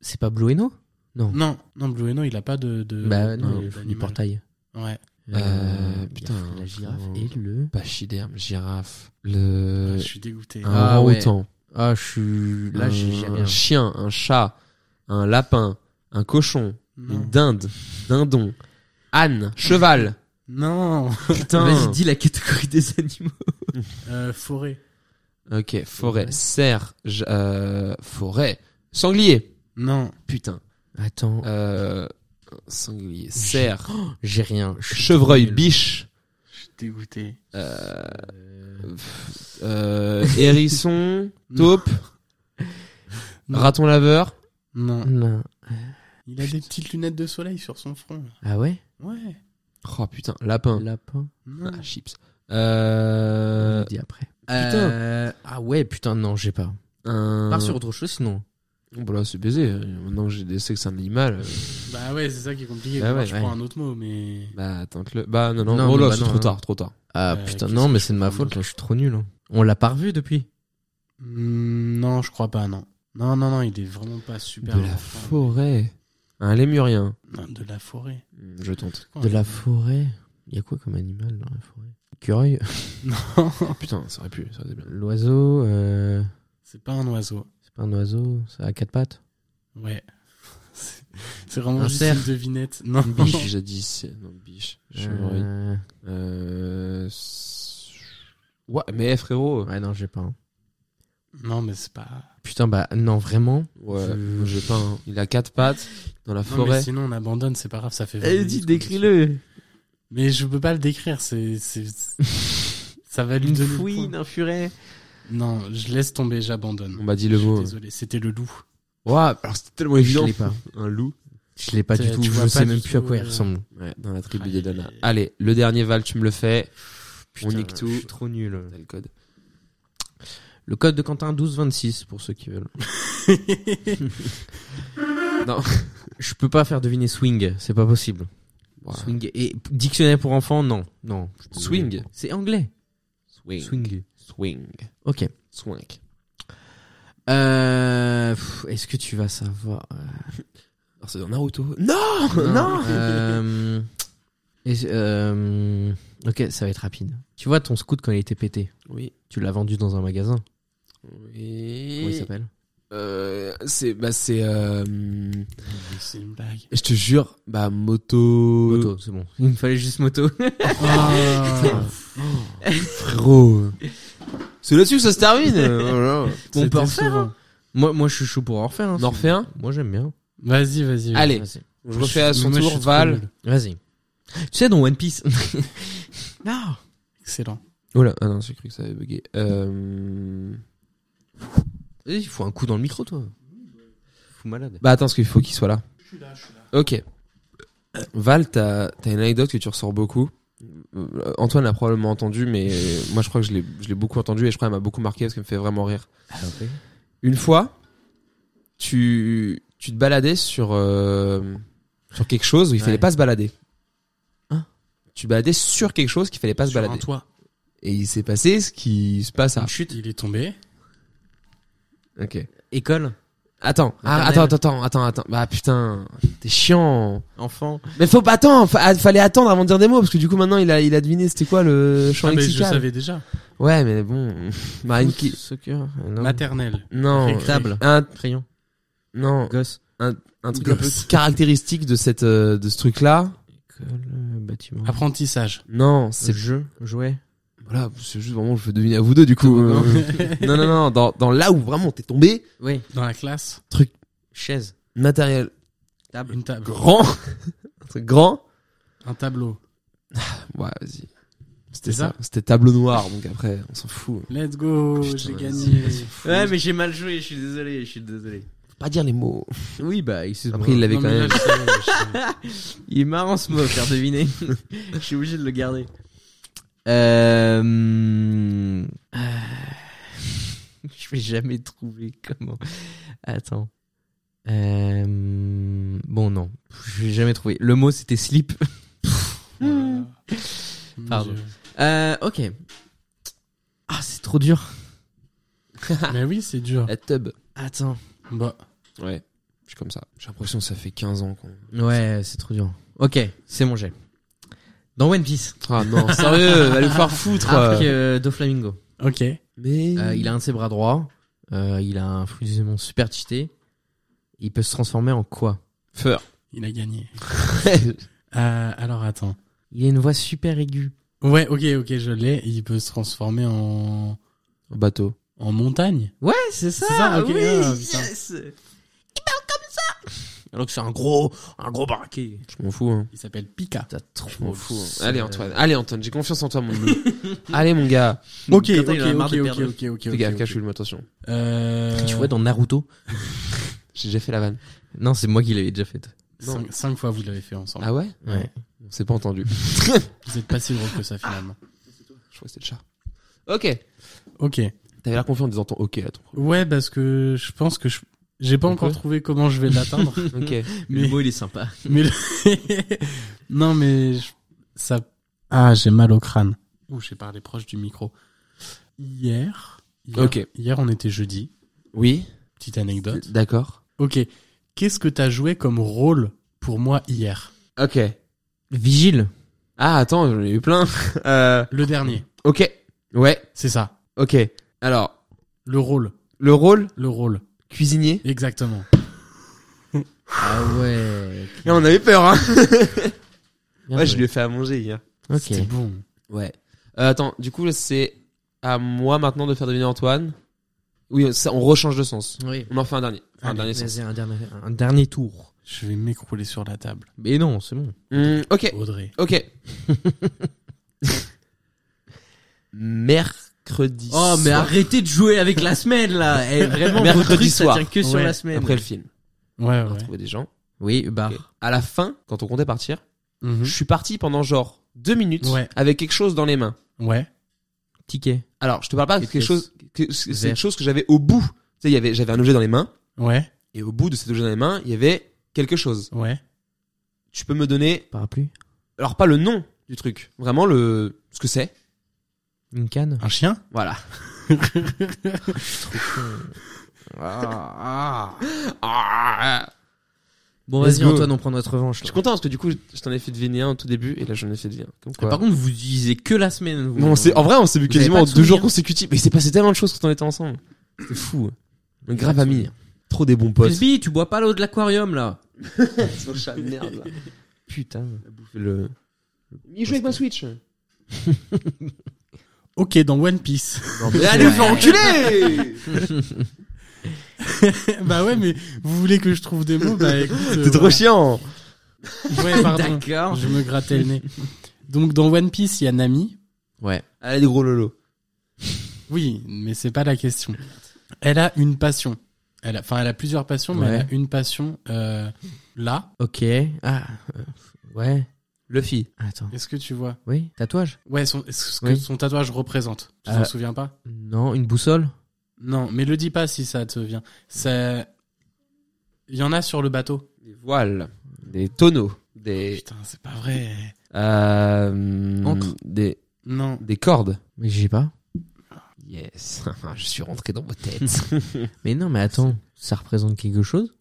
C'est pas Blue Eno
Non, non, Blue Eno, il a pas de. de
Bah non,
de-
il faut du
d'animal.
portail.
Ouais.
Euh, putain,
il y a La girafe
faut-
et le.
Pachyderme, girafe, le.
je suis dégoûté.
Un
Euh, Ah ouais.
orang-outan.
Ah, je suis. Là, j'ai j'ai
un
rien.
chien, un chat, un lapin, un cochon,
Non.
une dinde, dindon, âne, cheval.
non.
Putain.
Vas-y, dis la catégorie des animaux.
Euh, forêt.
Ok, forêt, cerf, j- euh, forêt, sanglier.
Non.
Putain.
Attends,
Euh, sanglier, cerf,
j'ai rien. Je suis
chevreuil,
nul.
biche,
Je suis dégoûté.
euh, pff,
*laughs*
euh, hérisson, taupe,
Non.
raton laveur.
Non.
Non.
Il a des petites lunettes de soleil sur son front.
Ah ouais
Ouais.
Oh putain, lapin.
Lapin.
Non.
Ah, chips. Euh,
On dit après.
putain. Euh.
Euh, Ah ouais, putain, non, j'ai pas.
un-
Pars sur autre chose sinon.
Bon, bah là, c'est baisé. Maintenant que j'ai des que c'est un animal, euh,
Bah ouais, c'est ça qui est compliqué.
Bah
Moi,
ouais,
je
ouais.
prends un autre mot, mais.
bah, tant que le. Bah, non, non,
Non,
oh
mais
là,
bah
c'est
non,
trop
hein.
tard, trop tard.
Ah
Euh,
putain,
qu'est-ce
non,
que
mais
je
c'est de ma
prends
faute,
d'autre
là, je suis trop nul. hein. On l'a pas revu depuis.
Hmm, Non, je crois pas, non. Non, non, non, il est vraiment pas super.
De la
enfant.
forêt. Un lémurien.
Non, de la forêt.
Je tente.
Quoi,
De
un
la
animal
forêt. Il y a quoi comme animal dans la forêt Écureuil,
Non,
Oh, putain, ça aurait pu, ça aurait été bien.
l'oiseau, euh,
*laughs* c'est pas un oiseau.
c'est pas un oiseau, ça a quatre pattes.
Ouais. C'est c'est vraiment
Un
juste
cerf.
une devinette. Non.
Biche, j'ai dit, c'est- non, biche, chevreuil.
Euh,
Euh, c'est- Ouais, mais frérot.
Ouais, non, j'ai pas. hein.
Non, mais c'est pas.
Putain, bah non, vraiment.
Ouais,
Je-
j'ai pas un- hein. Il a quatre pattes dans la
Non, mais
forêt.
sinon on abandonne, c'est pas grave, ça fait. 20
Eh,
minutes
dis,
qu'on
décris-le.
est- Mais je peux pas le décrire,
*laughs*
c'est. c'est- ça va lui
Une
donner. le
fouine,
point.
un furet.
Non, je laisse tomber, j'abandonne.
On m'a dit le
Je suis
mot. hein.
Désolé, c'était le loup.
Ouais, alors c'était tellement évident.
Je l'ai pas.
Un loup.
Je l'ai pas
T'as-
du tout.
tu
Je
vois
sais
pas
même
du
plus à
tout,
quoi il
euh,
ressemble.
Ouais, dans la tribu
Aïe,
des Dana.
aïe, aïe.
Allez, le dernier Val, tu me le fais.
Putain,
nique tout.
Je suis trop nul.
T'as le code.
Le code de Quentin 1226 pour ceux qui veulent. *laughs*
Non.
Je peux pas faire deviner swing, c'est pas possible.
Ouais.
Swing et dictionnaire pour enfants, non, non.
Swing.
C'est anglais.
Swing.
Swing.
Swing.
Ok.
Swing.
Euh, pff, Est-ce que tu vas savoir euh,
Alors c'est dans Naruto. Non
*laughs* euh, est-ce- euh, Ok, ça va être rapide. Tu vois ton scout quand il était pété
Oui.
Tu l'as vendu dans un magasin. Comment il
Oui.
s'appelle
Euh, c'est bah c'est euh,
C'est une blague.
je te jure bah moto
Moto, c'est bon. Il me fallait juste moto.
Ah.
frérot. C'est là-dessus que ça se
*laughs*
termine. oh
on
là.
peut en
C'était
refaire.
souvent.
hein. Moi, moi, je suis chaud pour en refaire. hein,
On en
si-
refait un
Moi, j'aime bien.
Vas-y, vas-y. vas-y.
Allez,
Vas-y.
je refais à son
Moi, je
tour
suis trop
Val.
nul.
Vas-y. Tu sais, dans One Piece. *laughs* non.
Excellent.
Oh là, ah non, j'ai cru que ça avait bugué. Euh...
Il faut un coup dans le micro, toi. Fou malade.
Bah attends, parce qu'il faut qu'il soit là. Ok. Val, t'as t'as une anecdote que tu ressors beaucoup. Euh, Antoine l'a probablement entendu, mais euh, moi je crois que je l'ai je l'ai beaucoup entendu et je crois qu'elle m'a beaucoup marqué parce qu'elle me fait vraiment rire.
Ah,
Une fois, tu, tu te baladais sur, euh, sur quelque chose où il
Ouais.
fallait pas se balader.
Hein
Tu te baladais sur quelque chose qu'il fallait pas se
Sur un
balader. Ah.
toit.
Et il s'est passé ce qui se passe à.
Il est tombé.
Ok.
École,
Attends, ah,
Maternelle.
attends, attends, attends, attends, attends. Bah putain, t'es chiant.
enfant.
Mais faut pas attends, fa- ah, fallait attendre avant de dire des mots parce que du coup maintenant il a il a deviné c'était quoi le champ
Ah, mais je
Euh, lexical.
savais déjà.
Ouais, mais bon, *laughs* bah, une qui-
Soccer. euh, Non.
Maternelle.
non,
Récré.
Table.
un
Crayon.
non,
Gosse.
un truc un peu
Gosse.
caractéristique de cette euh, de ce truc là.
École, euh, bâtiment.
Ah,
*laughs*
Apprentissage.
non, c'est jeu, jouet.
Voilà, c'est juste vraiment, je veux deviner à vous deux du coup. euh, *laughs* non, non, non, dans, dans là où vraiment t'es tombé,
Oui,
Dans la classe.
truc
chaise,
matériel
table.
Une table.
grand, *laughs* un truc grand.
Un tableau.
Ouais, vas-y.
C'est
C'était
ça
ça, c'était tableau noir, donc après, on s'en fout.
Let's go,
Putain,
j'ai
vas-y,
gagné.
Ouais, mais j'ai mal joué, je suis désolé, je suis désolé.
Faut pas dire les mots.
Oui, bah, excuse-moi.
Après, il l'avait
Non,
quand
mais là,
même.
je sais, je
*laughs*
sais.
Il est marrant ce mot, faire deviner. *laughs* Je suis obligé de le garder. Euh... hum, euh, Je vais jamais trouver comment. Attends. Euh, hum, Bon, non. Je vais jamais trouver. Le mot, c'était slip.
Oh là là.
Pardon.
Mon Dieu.
Euh, ok. Ah, c'est trop dur.
*laughs* Mais Bah oui, c'est dur.
La tub.
Attends.
Bah,
Ouais, je suis comme ça. J'ai l'impression que ça fait 15 ans qu'on.
Ouais, c'est trop dur. Ok, c'est mon jet. Dans One Piece,
Ah non, sérieux, va le faire foutre.
Arc euh, Doflamingo.
ok.
Mais.
Euh, il a un de ses bras droits. euh, il a un fusion super cheaté. Il peut se transformer en *laughs* quoi
Fur.
Il a gagné. Euh, alors attends.
Il a une voix super aiguë.
Ouais, ok, ok, je l'ai. Il peut se transformer en
Bateau.
en montagne.
Ouais, c'est ça.
C'est ça, ok,
oui,
ah, putain.
yes. Il parle comme ça. Alors que c'est un gros, un gros barquet.
Je m'en fous, hein.
Il s'appelle Pika.
T'as trop.
Je m'en fous. hein.
C'est-
Allez, Antoine. Allez, Antoine, j'ai confiance en toi, mon loup. *laughs* Allez, mon gars.
Ok,
Quentin,
ok,
il en a marre
ok,
de
ok,
perdre.
ok, ok,
Les
ok.
gars,
ok.
cache-le, attention.
Euh,
Tu vois dans Naruto
J'ai déjà fait la vanne.
Non, c'est moi qui l'avais déjà faite.
cinq, cinq fois vous l'avez fait ensemble.
Ah ouais
Ouais.
On s'est pas entendu.
Vous êtes pas si drôle que ça finalement.
Je crois que c'était le chat. Ok.
Ok.
T'avais l'air confiant en disant ton ok à ton premier.
Ouais, parce que je pense que je j'ai pas
On
encore
peut
trouvé comment je vais *laughs* l'atteindre.
Ok.
Mais...
Mais-
Le mot il est sympa.
mais le- *laughs* non, mais je- ça. Ah, j'ai mal au crâne. Ouh, j'ai parlé proche du micro. Hier. hier
Ok.
Hier, on était jeudi.
Oui.
Petite anecdote.
D'accord.
Ok. Qu'est-ce que t'as joué comme rôle pour moi hier
Ok.
Vigile.
Ah, attends, j'en ai eu plein. *laughs* Euh,
Le dernier.
ok. Ouais.
C'est ça.
Ok. Alors,
Le rôle.
le rôle
Le rôle.
cuisinier.
Exactement.
Ah ouais.
Et on avait peur, hein.
Bien
Ouais, je
joué.
lui ai fait à manger hier.
Ok.
C'était bon.
Ouais. Euh, attends, du coup, là, c'est à moi maintenant de faire deviner Antoine. Oui, ça, on rechange de sens.
Oui.
On en fait un dernier. Enfin, un dernier sens.
Vas-y, un dernier, un dernier tour.
Je vais m'écrouler sur la table.
Mais non, c'est bon.
Hum, ok.
Audrey.
Ok. Mercredi
Oh, mais
soir.
arrêtez de jouer avec la semaine là. Eh, vraiment,
Mercredi
votre truc,
soir.
ça tient que sur
Ouais.
la semaine.
Après le film.
Ouais,
On a
ouais.
trouvé des gens.
Oui, bah.
Ok. À la fin, quand on comptait partir,
Mhm.
je suis parti pendant genre deux minutes
Ouais.
avec quelque chose dans les mains.
Mhm. Ouais.
Ticket.
Alors, je te parle pas de
Qu'est-ce
quelque
que
chose, que- c'est
Vert.
quelque chose que j'avais au bout. Tu sais, il y avait, j'avais un objet dans les mains,
Ouais.
et au bout de cet objet dans les mains, il y avait quelque chose.
Ouais.
Tu peux me donner,
Parapluie.
alors pas le nom du truc, vraiment le, ce que c'est.
Une canne.
Un chien
Voilà. Ah.
Bon,
Let's
vas-y,
go.
Antoine, on prend notre revanche.
Je
là.
suis content parce que du coup, je t'en ai fait deviner un au tout début, et là, j'en ai fait deviner. un. Comme quoi.
Par contre, vous disiez que la semaine. vous.
Bon, c'est en vrai, on s'est vu
Vous avez
quasiment
pas de
deux jours
souvenirs
consécutifs. Mais il s'est passé tellement de choses quand on était ensemble. C'était fou. Un grave
Pas de
ami.
souvenirs.
Trop des bons potes.
Frisbee, tu bois pas l'eau de l'aquarium là.
merde, là.
Putain.
Le... Il joue avec ma Switch.
Ok, dans One Piece.
Mais allez, vous faire *laughs* enculer
*laughs* bah ouais, mais vous voulez que je trouve des mots *laughs* Bah écoute. euh,
T'es trop
voilà.
chiant.
Ouais, pardon.
*laughs* D'accord.
Je me grattais le nez. Donc dans One Piece, il y a Nami.
Ouais.
Allez, des gros lolo.
Oui, mais c'est pas la question. Elle a une passion. Elle a, enfin, elle a plusieurs passions, mais
Ouais.
elle a une passion euh, là.
Ok. Ah. euh, Ouais.
Luffy.
Attends.
Est-ce que tu vois
Oui. Tatouage.
Ouais, son, ce que
Oui.
son tatouage représente. Tu
Euh.
t'en souviens pas
Non, une boussole.
Non, mais le dis pas si ça te vient. Ça, il y en a sur le bateau.
Des voiles. Des tonneaux. Des...
Putain, c'est pas vrai.
Euh...
Encre.
Des...
Non.
Des cordes.
Mais j'ai pas. *laughs*
Yes. Je suis rentré dans ma tête.
Mais non, mais attends. Ça représente quelque chose.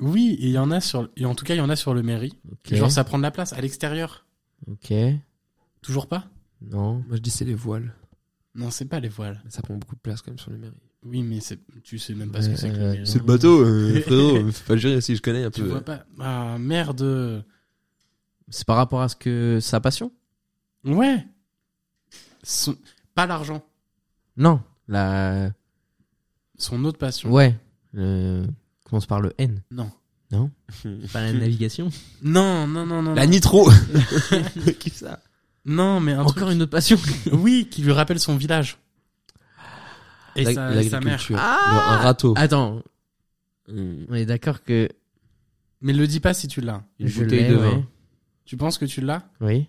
Oui, et il y en a sur. Et en tout cas, il y en a sur le mairie.
Ok.
Genre, ça prend de la place à l'extérieur.
Ok.
Toujours pas
Non.
Moi, je dis c'est les voiles.
Non, c'est pas les voiles.
Ça prend beaucoup de place quand même sur les mairies.
Oui, mais c'est. Tu sais même pas ce
Euh,
que c'est que le
euh,
mairie.
C'est le *laughs*
bateau, frérot. Faut pas le gérer si je connais un
Tu vois pas Ah merde.
C'est par rapport à ce que sa passion
Ouais. Son- Pas l'argent.
Non, la
Son autre passion.
ouais, euh, commence par le N.
Non.
*laughs*
Non, pas la navigation.
Non, non, non, non.
La
non.
nitro Qui ça
Non, mais un
Encore
truc-
une autre passion.
Oui, qui lui rappelle son village. Et
La-
sa, sa mère.
l'agriculture.
Un râteau.
Attends,
Hum.
on est d'accord que
Mais le dis pas si tu l'as.
Une
je hein.
bouteille
l'ai,
de
ouais.
vin.
Tu penses que tu l'as
Oui.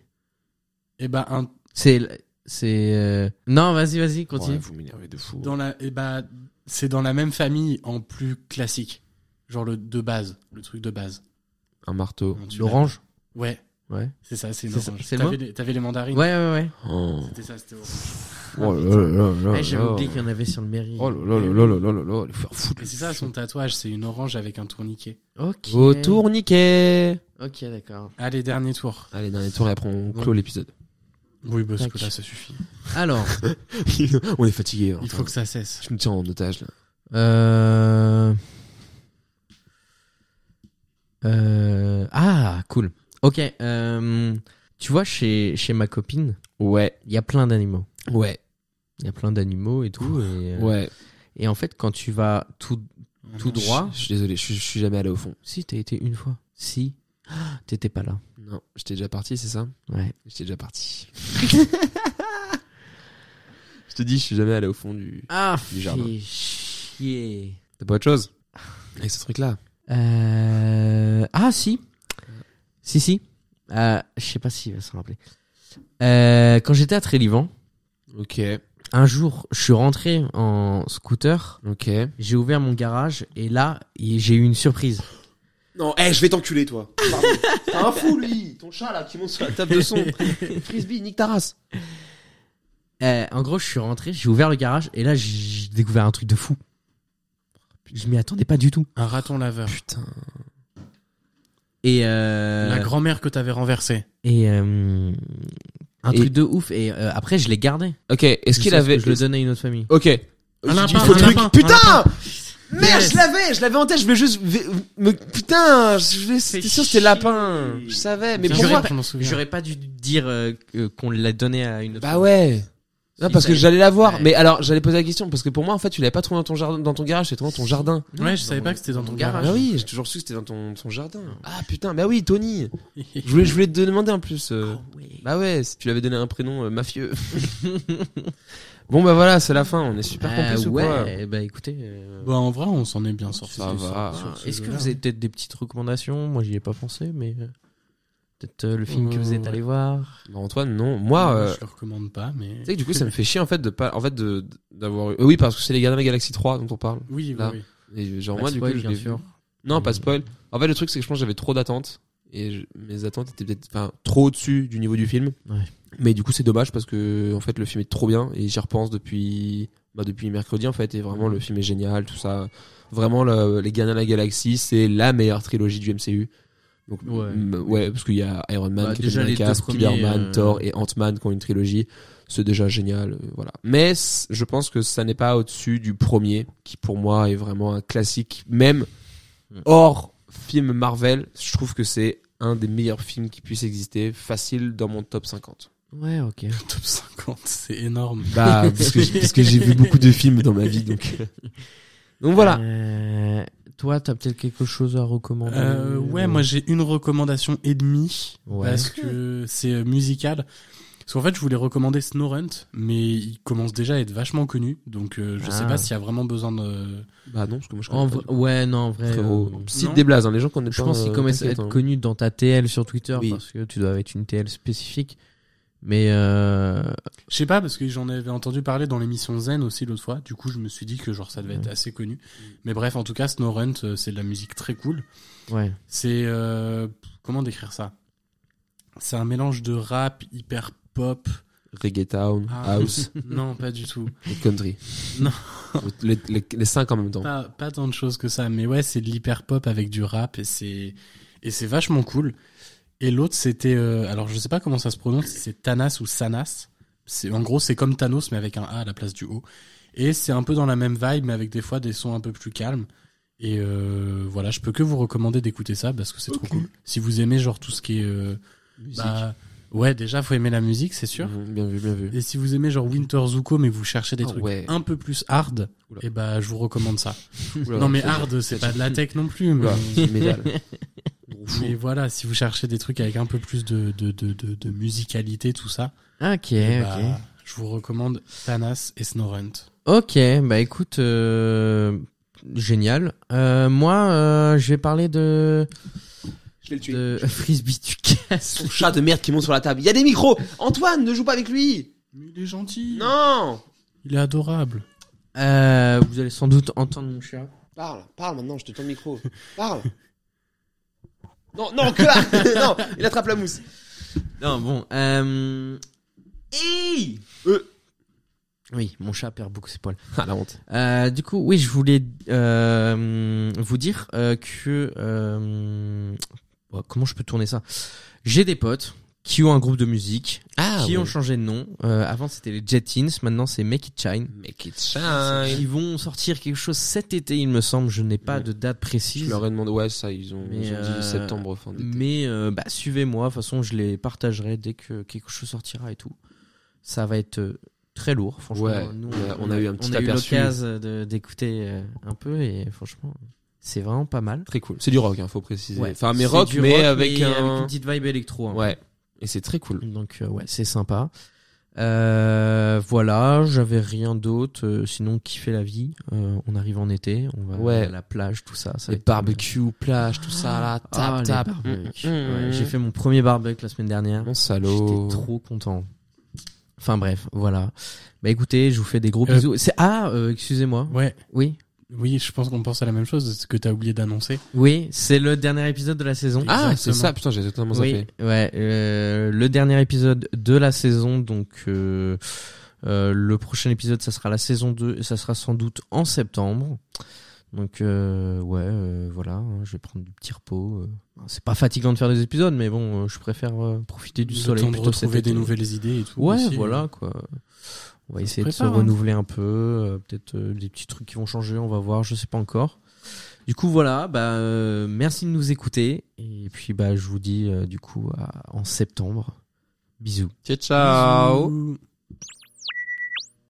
Eh ben, un-
C'est c'est euh, non, vas-y, vas-y, continue.
vous m'énervez de fou.
dans la, eh ben, c'est dans la même famille en plus classique, genre le de base, le truc de base.
Un marteau.
Non, tu l'as.
L'orange.
Ouais.
Ouais.
C'est ça, c'est une
C'est ça,
orange.
c'est le
T'avais
mot
les, t'avais les
Ouais,
mandarines.
ouais, ouais.
Oh.
C'était ça, c'était orange.
Oh là là là là
Eh, J'avais
là.
oublié qu'il y en avait sur le mairie.
Oh là là là là là là là, les faire foutre.
Mais c'est ça son tatouage, c'est une orange avec un tourniquet.
Ok.
Au tourniquet
Ok, d'accord.
Allez, dernier tour.
Allez, dernier tour et après on clôt l'épisode.
Oui, parce
Tac.
que là, ça suffit.
Alors,
on est fatigué. hein.
Il faut que ça cesse.
Je me tiens en otage là.
euh... euh, ah, cool. Ok. euh, Tu vois, chez chez ma copine,
Ouais.
il y a plein d'animaux.
Ouais.
Il y a plein d'animaux et tout. Et, euh,
Ouais.
et en fait, quand tu vas tout tout droit,
Je suis désolé, je, suis- je suis jamais allé au fond.
si t'as été une fois, si Ah, t'étais pas là.
Non, j'étais déjà parti, c'est ça
Ouais.
J'étais déjà *laughs* parti. je te dis, je suis jamais allé au fond du.
Ah,
Du jardin.
fais chier.
T'as pas autre chose Avec ce truc là.
Euh, Ah si, si si. Euh, je sais pas si il va s'en rappeler. Euh, quand j'étais à Trélivan,
Ok.
un jour, je suis rentré en scooter,
Ok.
j'ai ouvert mon garage et là, et j'ai eu une surprise.
Non, eh, je vais t'enculer, toi. Pardon. T'es un fou, lui. Ton chat, là, qui monte sur la table de son.
Frisbee, nique ta race.
Euh, en gros, je suis rentré, j'ai ouvert le garage et là, j'ai découvert un truc de fou. Je m'y attendais pas du tout.
Un raton laveur.
Putain.
Et euh,
La grand-mère que t'avais renversée.
et euh, un
Et-
truc de ouf. Et euh, après, je l'ai gardé.
Ok, est-ce qu'il
Sauf
avait.
que Je le donnais à une autre famille.
Ok.
Un lapin,
Il faut
un
truc.
lapin, un
Putain
lapin.
Merde, je l'avais, je l'avais en tête, je voulais juste. me- Putain, je voulais- c'était sûr que c'était lapin. Je savais, mais
Tiens,
pourquoi
je m'en souviens.
J'aurais pas dû dire euh, que- qu'on l'a donné à une autre
Bah
famille.
ouais. Non,
Si,
parce
ça
que
y est.
j'allais la voir.
Ouais.
Mais alors, j'allais poser la question parce que pour moi, en fait, tu l'avais pas trouvé dans ton jardin, dans ton garage, c'était dans ton jardin.
Ouais, je savais pas que c'était dans ton
garage.
garage.
Bah oui, j'ai toujours su que c'était dans ton, ton jardin. Ah putain, bah oui, Tony. Je voulais, je voulais te demander en plus. euh,
Oh,
Bah ouais, si tu lui avais donné un prénom euh, mafieux. *laughs* bon bah voilà, c'est la fin. On est super
Ah
complices ou quoi
ouais, bah écoutez. euh,
*laughs* Bah en vrai, on s'en est bien sorti.
Ça
Ah,
va.
sur ce
Est-ce que
jeu-là.
vous avez peut-être des petites recommandations Moi, j'y ai pas pensé, mais euh, peut-être euh, le film que vous êtes
Euh,
allé voir.
Bah, Antoine, non. Moi, euh,
je le recommande pas, mais
tu sais que du coup,
*laughs*
ça me fait chier en fait de pas, en fait de d'avoir. eu- euh, oui, parce que c'est les Gardiens de la Galaxie 3 dont on parle.
oui, oui,
Là.
oui. Bah,
Et genre
Pas
moi,
de
du coup,
spoil,
je
Bah, bien
l'ai vu.
sûr.
Non,
Mmh.
pas spoil. En fait, le truc, c'est que je pense que j'avais trop d'attentes. Et je- mes attentes étaient peut-être enfin, trop au-dessus du niveau du film.
Ouais.
Mais du coup, c'est dommage parce que en fait, le film est trop bien. Et j'y repense depuis, bah, depuis mercredi, en fait. Et vraiment,
Mmh.
le film est génial, tout ça. Vraiment, le- Les Gardiens de la Galaxie, c'est la meilleure trilogie du MCU. Donc,
Ouais.
m- ouais, parce qu'il y a Iron Man,
Bah,
Captain
déjà, les
America,
deux premiers,
Spider-Man,
euh,
Thor et Ant-Man qui ont une trilogie. C'est déjà génial, euh, voilà. Mais c- je pense que ça n'est pas au-dessus du premier, qui pour moi est vraiment un classique, même hors film Marvel, je trouve que c'est un des meilleurs films qui puisse exister, facile dans mon top 50.
Ouais, ok.
*laughs* Top 50, c'est énorme.
Bah, parce que, j'ai- parce que j'ai vu beaucoup de films dans ma vie, donc. euh. Donc voilà.
Euh, toi, t'as peut-être quelque chose à recommander
Euh, ouais, moi j'ai une recommandation et demie
Ouais.
parce que c'est euh, musical. Parce qu'en fait, je voulais recommander Snowrunt, mais il commence déjà à être vachement connu, donc euh, je sais
Ah.
pas s'il y a vraiment besoin de.
Bah non, parce que moi je
En
connais
vrai-
pas.
ouais, non, en vrai.
Frérot,
euh,
cite
non.
des blazes, hein, les gens connaissent
Je
pas.
pense qu'il
euh,
commence à
t'inquiète,
être
hein.
connu dans ta TL sur Twitter
Oui.
parce que tu dois être une TL spécifique. Mais euh,
Je sais pas parce que j'en avais entendu parler dans l'émission Zen aussi l'autre fois. Du coup, je me suis dit que genre ça devait être assez connu. Mais bref, en tout cas, Snowrunt, euh, c'est de la musique très cool.
ouais.
C'est euh, comment décrire ça C'est un mélange de rap hyper pop.
Reggae Town,
Ah.
House
Non, pas du tout.
et Country. *laughs*
Non.
Les, les, les cinq en même temps.
Pas, pas tant de choses que ça, mais ouais, c'est de l'hyper pop avec du rap et c'est et c'est vachement cool. Et l'autre, c'était euh, alors je sais pas comment ça se prononce, si c'est Thanas ou Sanas. C'est en gros, c'est comme Thanos mais avec un A à la place du O. Et c'est un peu dans la même vibe, mais avec des fois des sons un peu plus calmes. Et euh, voilà, je peux que vous recommander d'écouter ça parce que c'est trop cool. Si vous aimez genre tout ce qui est euh,
Musique.
Bah, ouais, déjà, faut aimer la musique, c'est sûr.
Mhm, bien vu, bien vu.
Et si vous aimez genre Winter Zuko, mais vous cherchez des
Ah
trucs
ouais.
un peu plus hard,
Oula.
et bah, je vous recommande ça.
Oula,
non, mais
c'est-
hard, c'est pas de la tech non plus. Mais, *laughs*
Oula, c'est métal. *laughs* Fou.
mais voilà, si vous cherchez des trucs avec un peu plus de, de, de, de, de musicalité, tout ça,
Ok,
eh
ok.
bah, je vous recommande Thanas et Snorunt.
Ok, bah écoute, euh, génial. Euh, moi, euh, je vais parler de,
Je vais le tuer.
de *laughs* Frisbee du Casse.
Son chat de merde qui monte sur la table. Il y a des micros. Antoine, ne joue pas avec lui.
Mais il est gentil.
Non.
Il est adorable.
Euh, vous allez sans doute entendre mon chat.
Parle, parle maintenant, je te tends le micro.
Parle. Non, non, que là. *laughs* non, il attrape la mousse.
Non, bon. Euh... hey
Euh.
Oui, mon chat perd beaucoup ses poils.
Ah, la honte.
Euh, du coup, oui, je voulais euh, vous dire euh, que euh, oh, comment je peux tourner ça J'ai des potes qui ont un groupe de musique,
Ah,
qui ont changé de nom. Euh, avant, c'était les Jettins, maintenant c'est Make It Shine.
Make it shine.
Ils vont sortir quelque chose cet été, il me semble. Je n'ai pas
Ouais.
de date
Je
précise.
leur ai demandé, ouais, ça, ils ont,
Mais,
ils ont dit
euh,
septembre, fin d'été.
Mais euh, bah, suivez-moi, de toute façon je les partagerai dès que quelque chose sortira et tout. Ça va être euh, très lourd, franchement.
Ouais,
Nous,
on a- on a eu un petit
on a eu
aperçu.
l'occasion de- d'écouter euh, un peu et franchement, c'est vraiment pas mal.
Très cool. C'est du rock, hein, faut préciser.
Ouais.
Enfin, mais
C'est
rock,
du
mais
rock,
avec
mais
un.
une petite vibe électro. hein.
Ouais. Et c'est très cool.
Donc euh, ouais, c'est sympa. Euh, voilà, j'avais rien d'autre. euh, sinon, kiffer la vie. Euh, on arrive en été, on va
Ouais.
à la plage, tout ça. ça
Les
va être-
barbecues, plage, tout ça, là,
Ah,
tap,
les
tap.
barbecues.
Mm, mm,
Ouais,
mm.
J'ai fait mon premier barbecue la semaine dernière.
Mon
J'étais
salaud.
trop content. Enfin bref, voilà. Bah écoutez, je vous fais des gros
Euh,
bisous. C'est ah, euh, excusez-moi.
Ouais.
Oui,
Oui, je pense qu'on pense à la même chose, ce que t'as oublié d'annoncer.
oui, c'est le dernier épisode de la saison.
Ah,
Exactement.
c'est ça, putain, j'ai totalement
oui,
zappé.
ouais, euh, le dernier épisode de la saison. Donc euh, euh, le prochain épisode, ça sera la saison 2 et ça sera sans doute en septembre. Donc euh, ouais, euh, voilà, hein, je vais prendre du petit repos. euh. C'est pas fatigant de faire des épisodes, mais bon, euh, je préfère euh, profiter du
Le
soleil
temps de
plutôt que cet
retrouver des
été.
nouvelles idées et tout.
Ouais,
aussi.
voilà quoi. On va
Ça
essayer
se
de se
prépare, hein.
renouveler un peu, euh, peut-être euh, des petits trucs qui vont changer, on va voir, je sais pas encore. Du coup voilà, bah euh, merci de nous écouter et puis bah je vous dis euh, du coup à- en septembre. Bisous.
Ciao, ciao.
Bisous.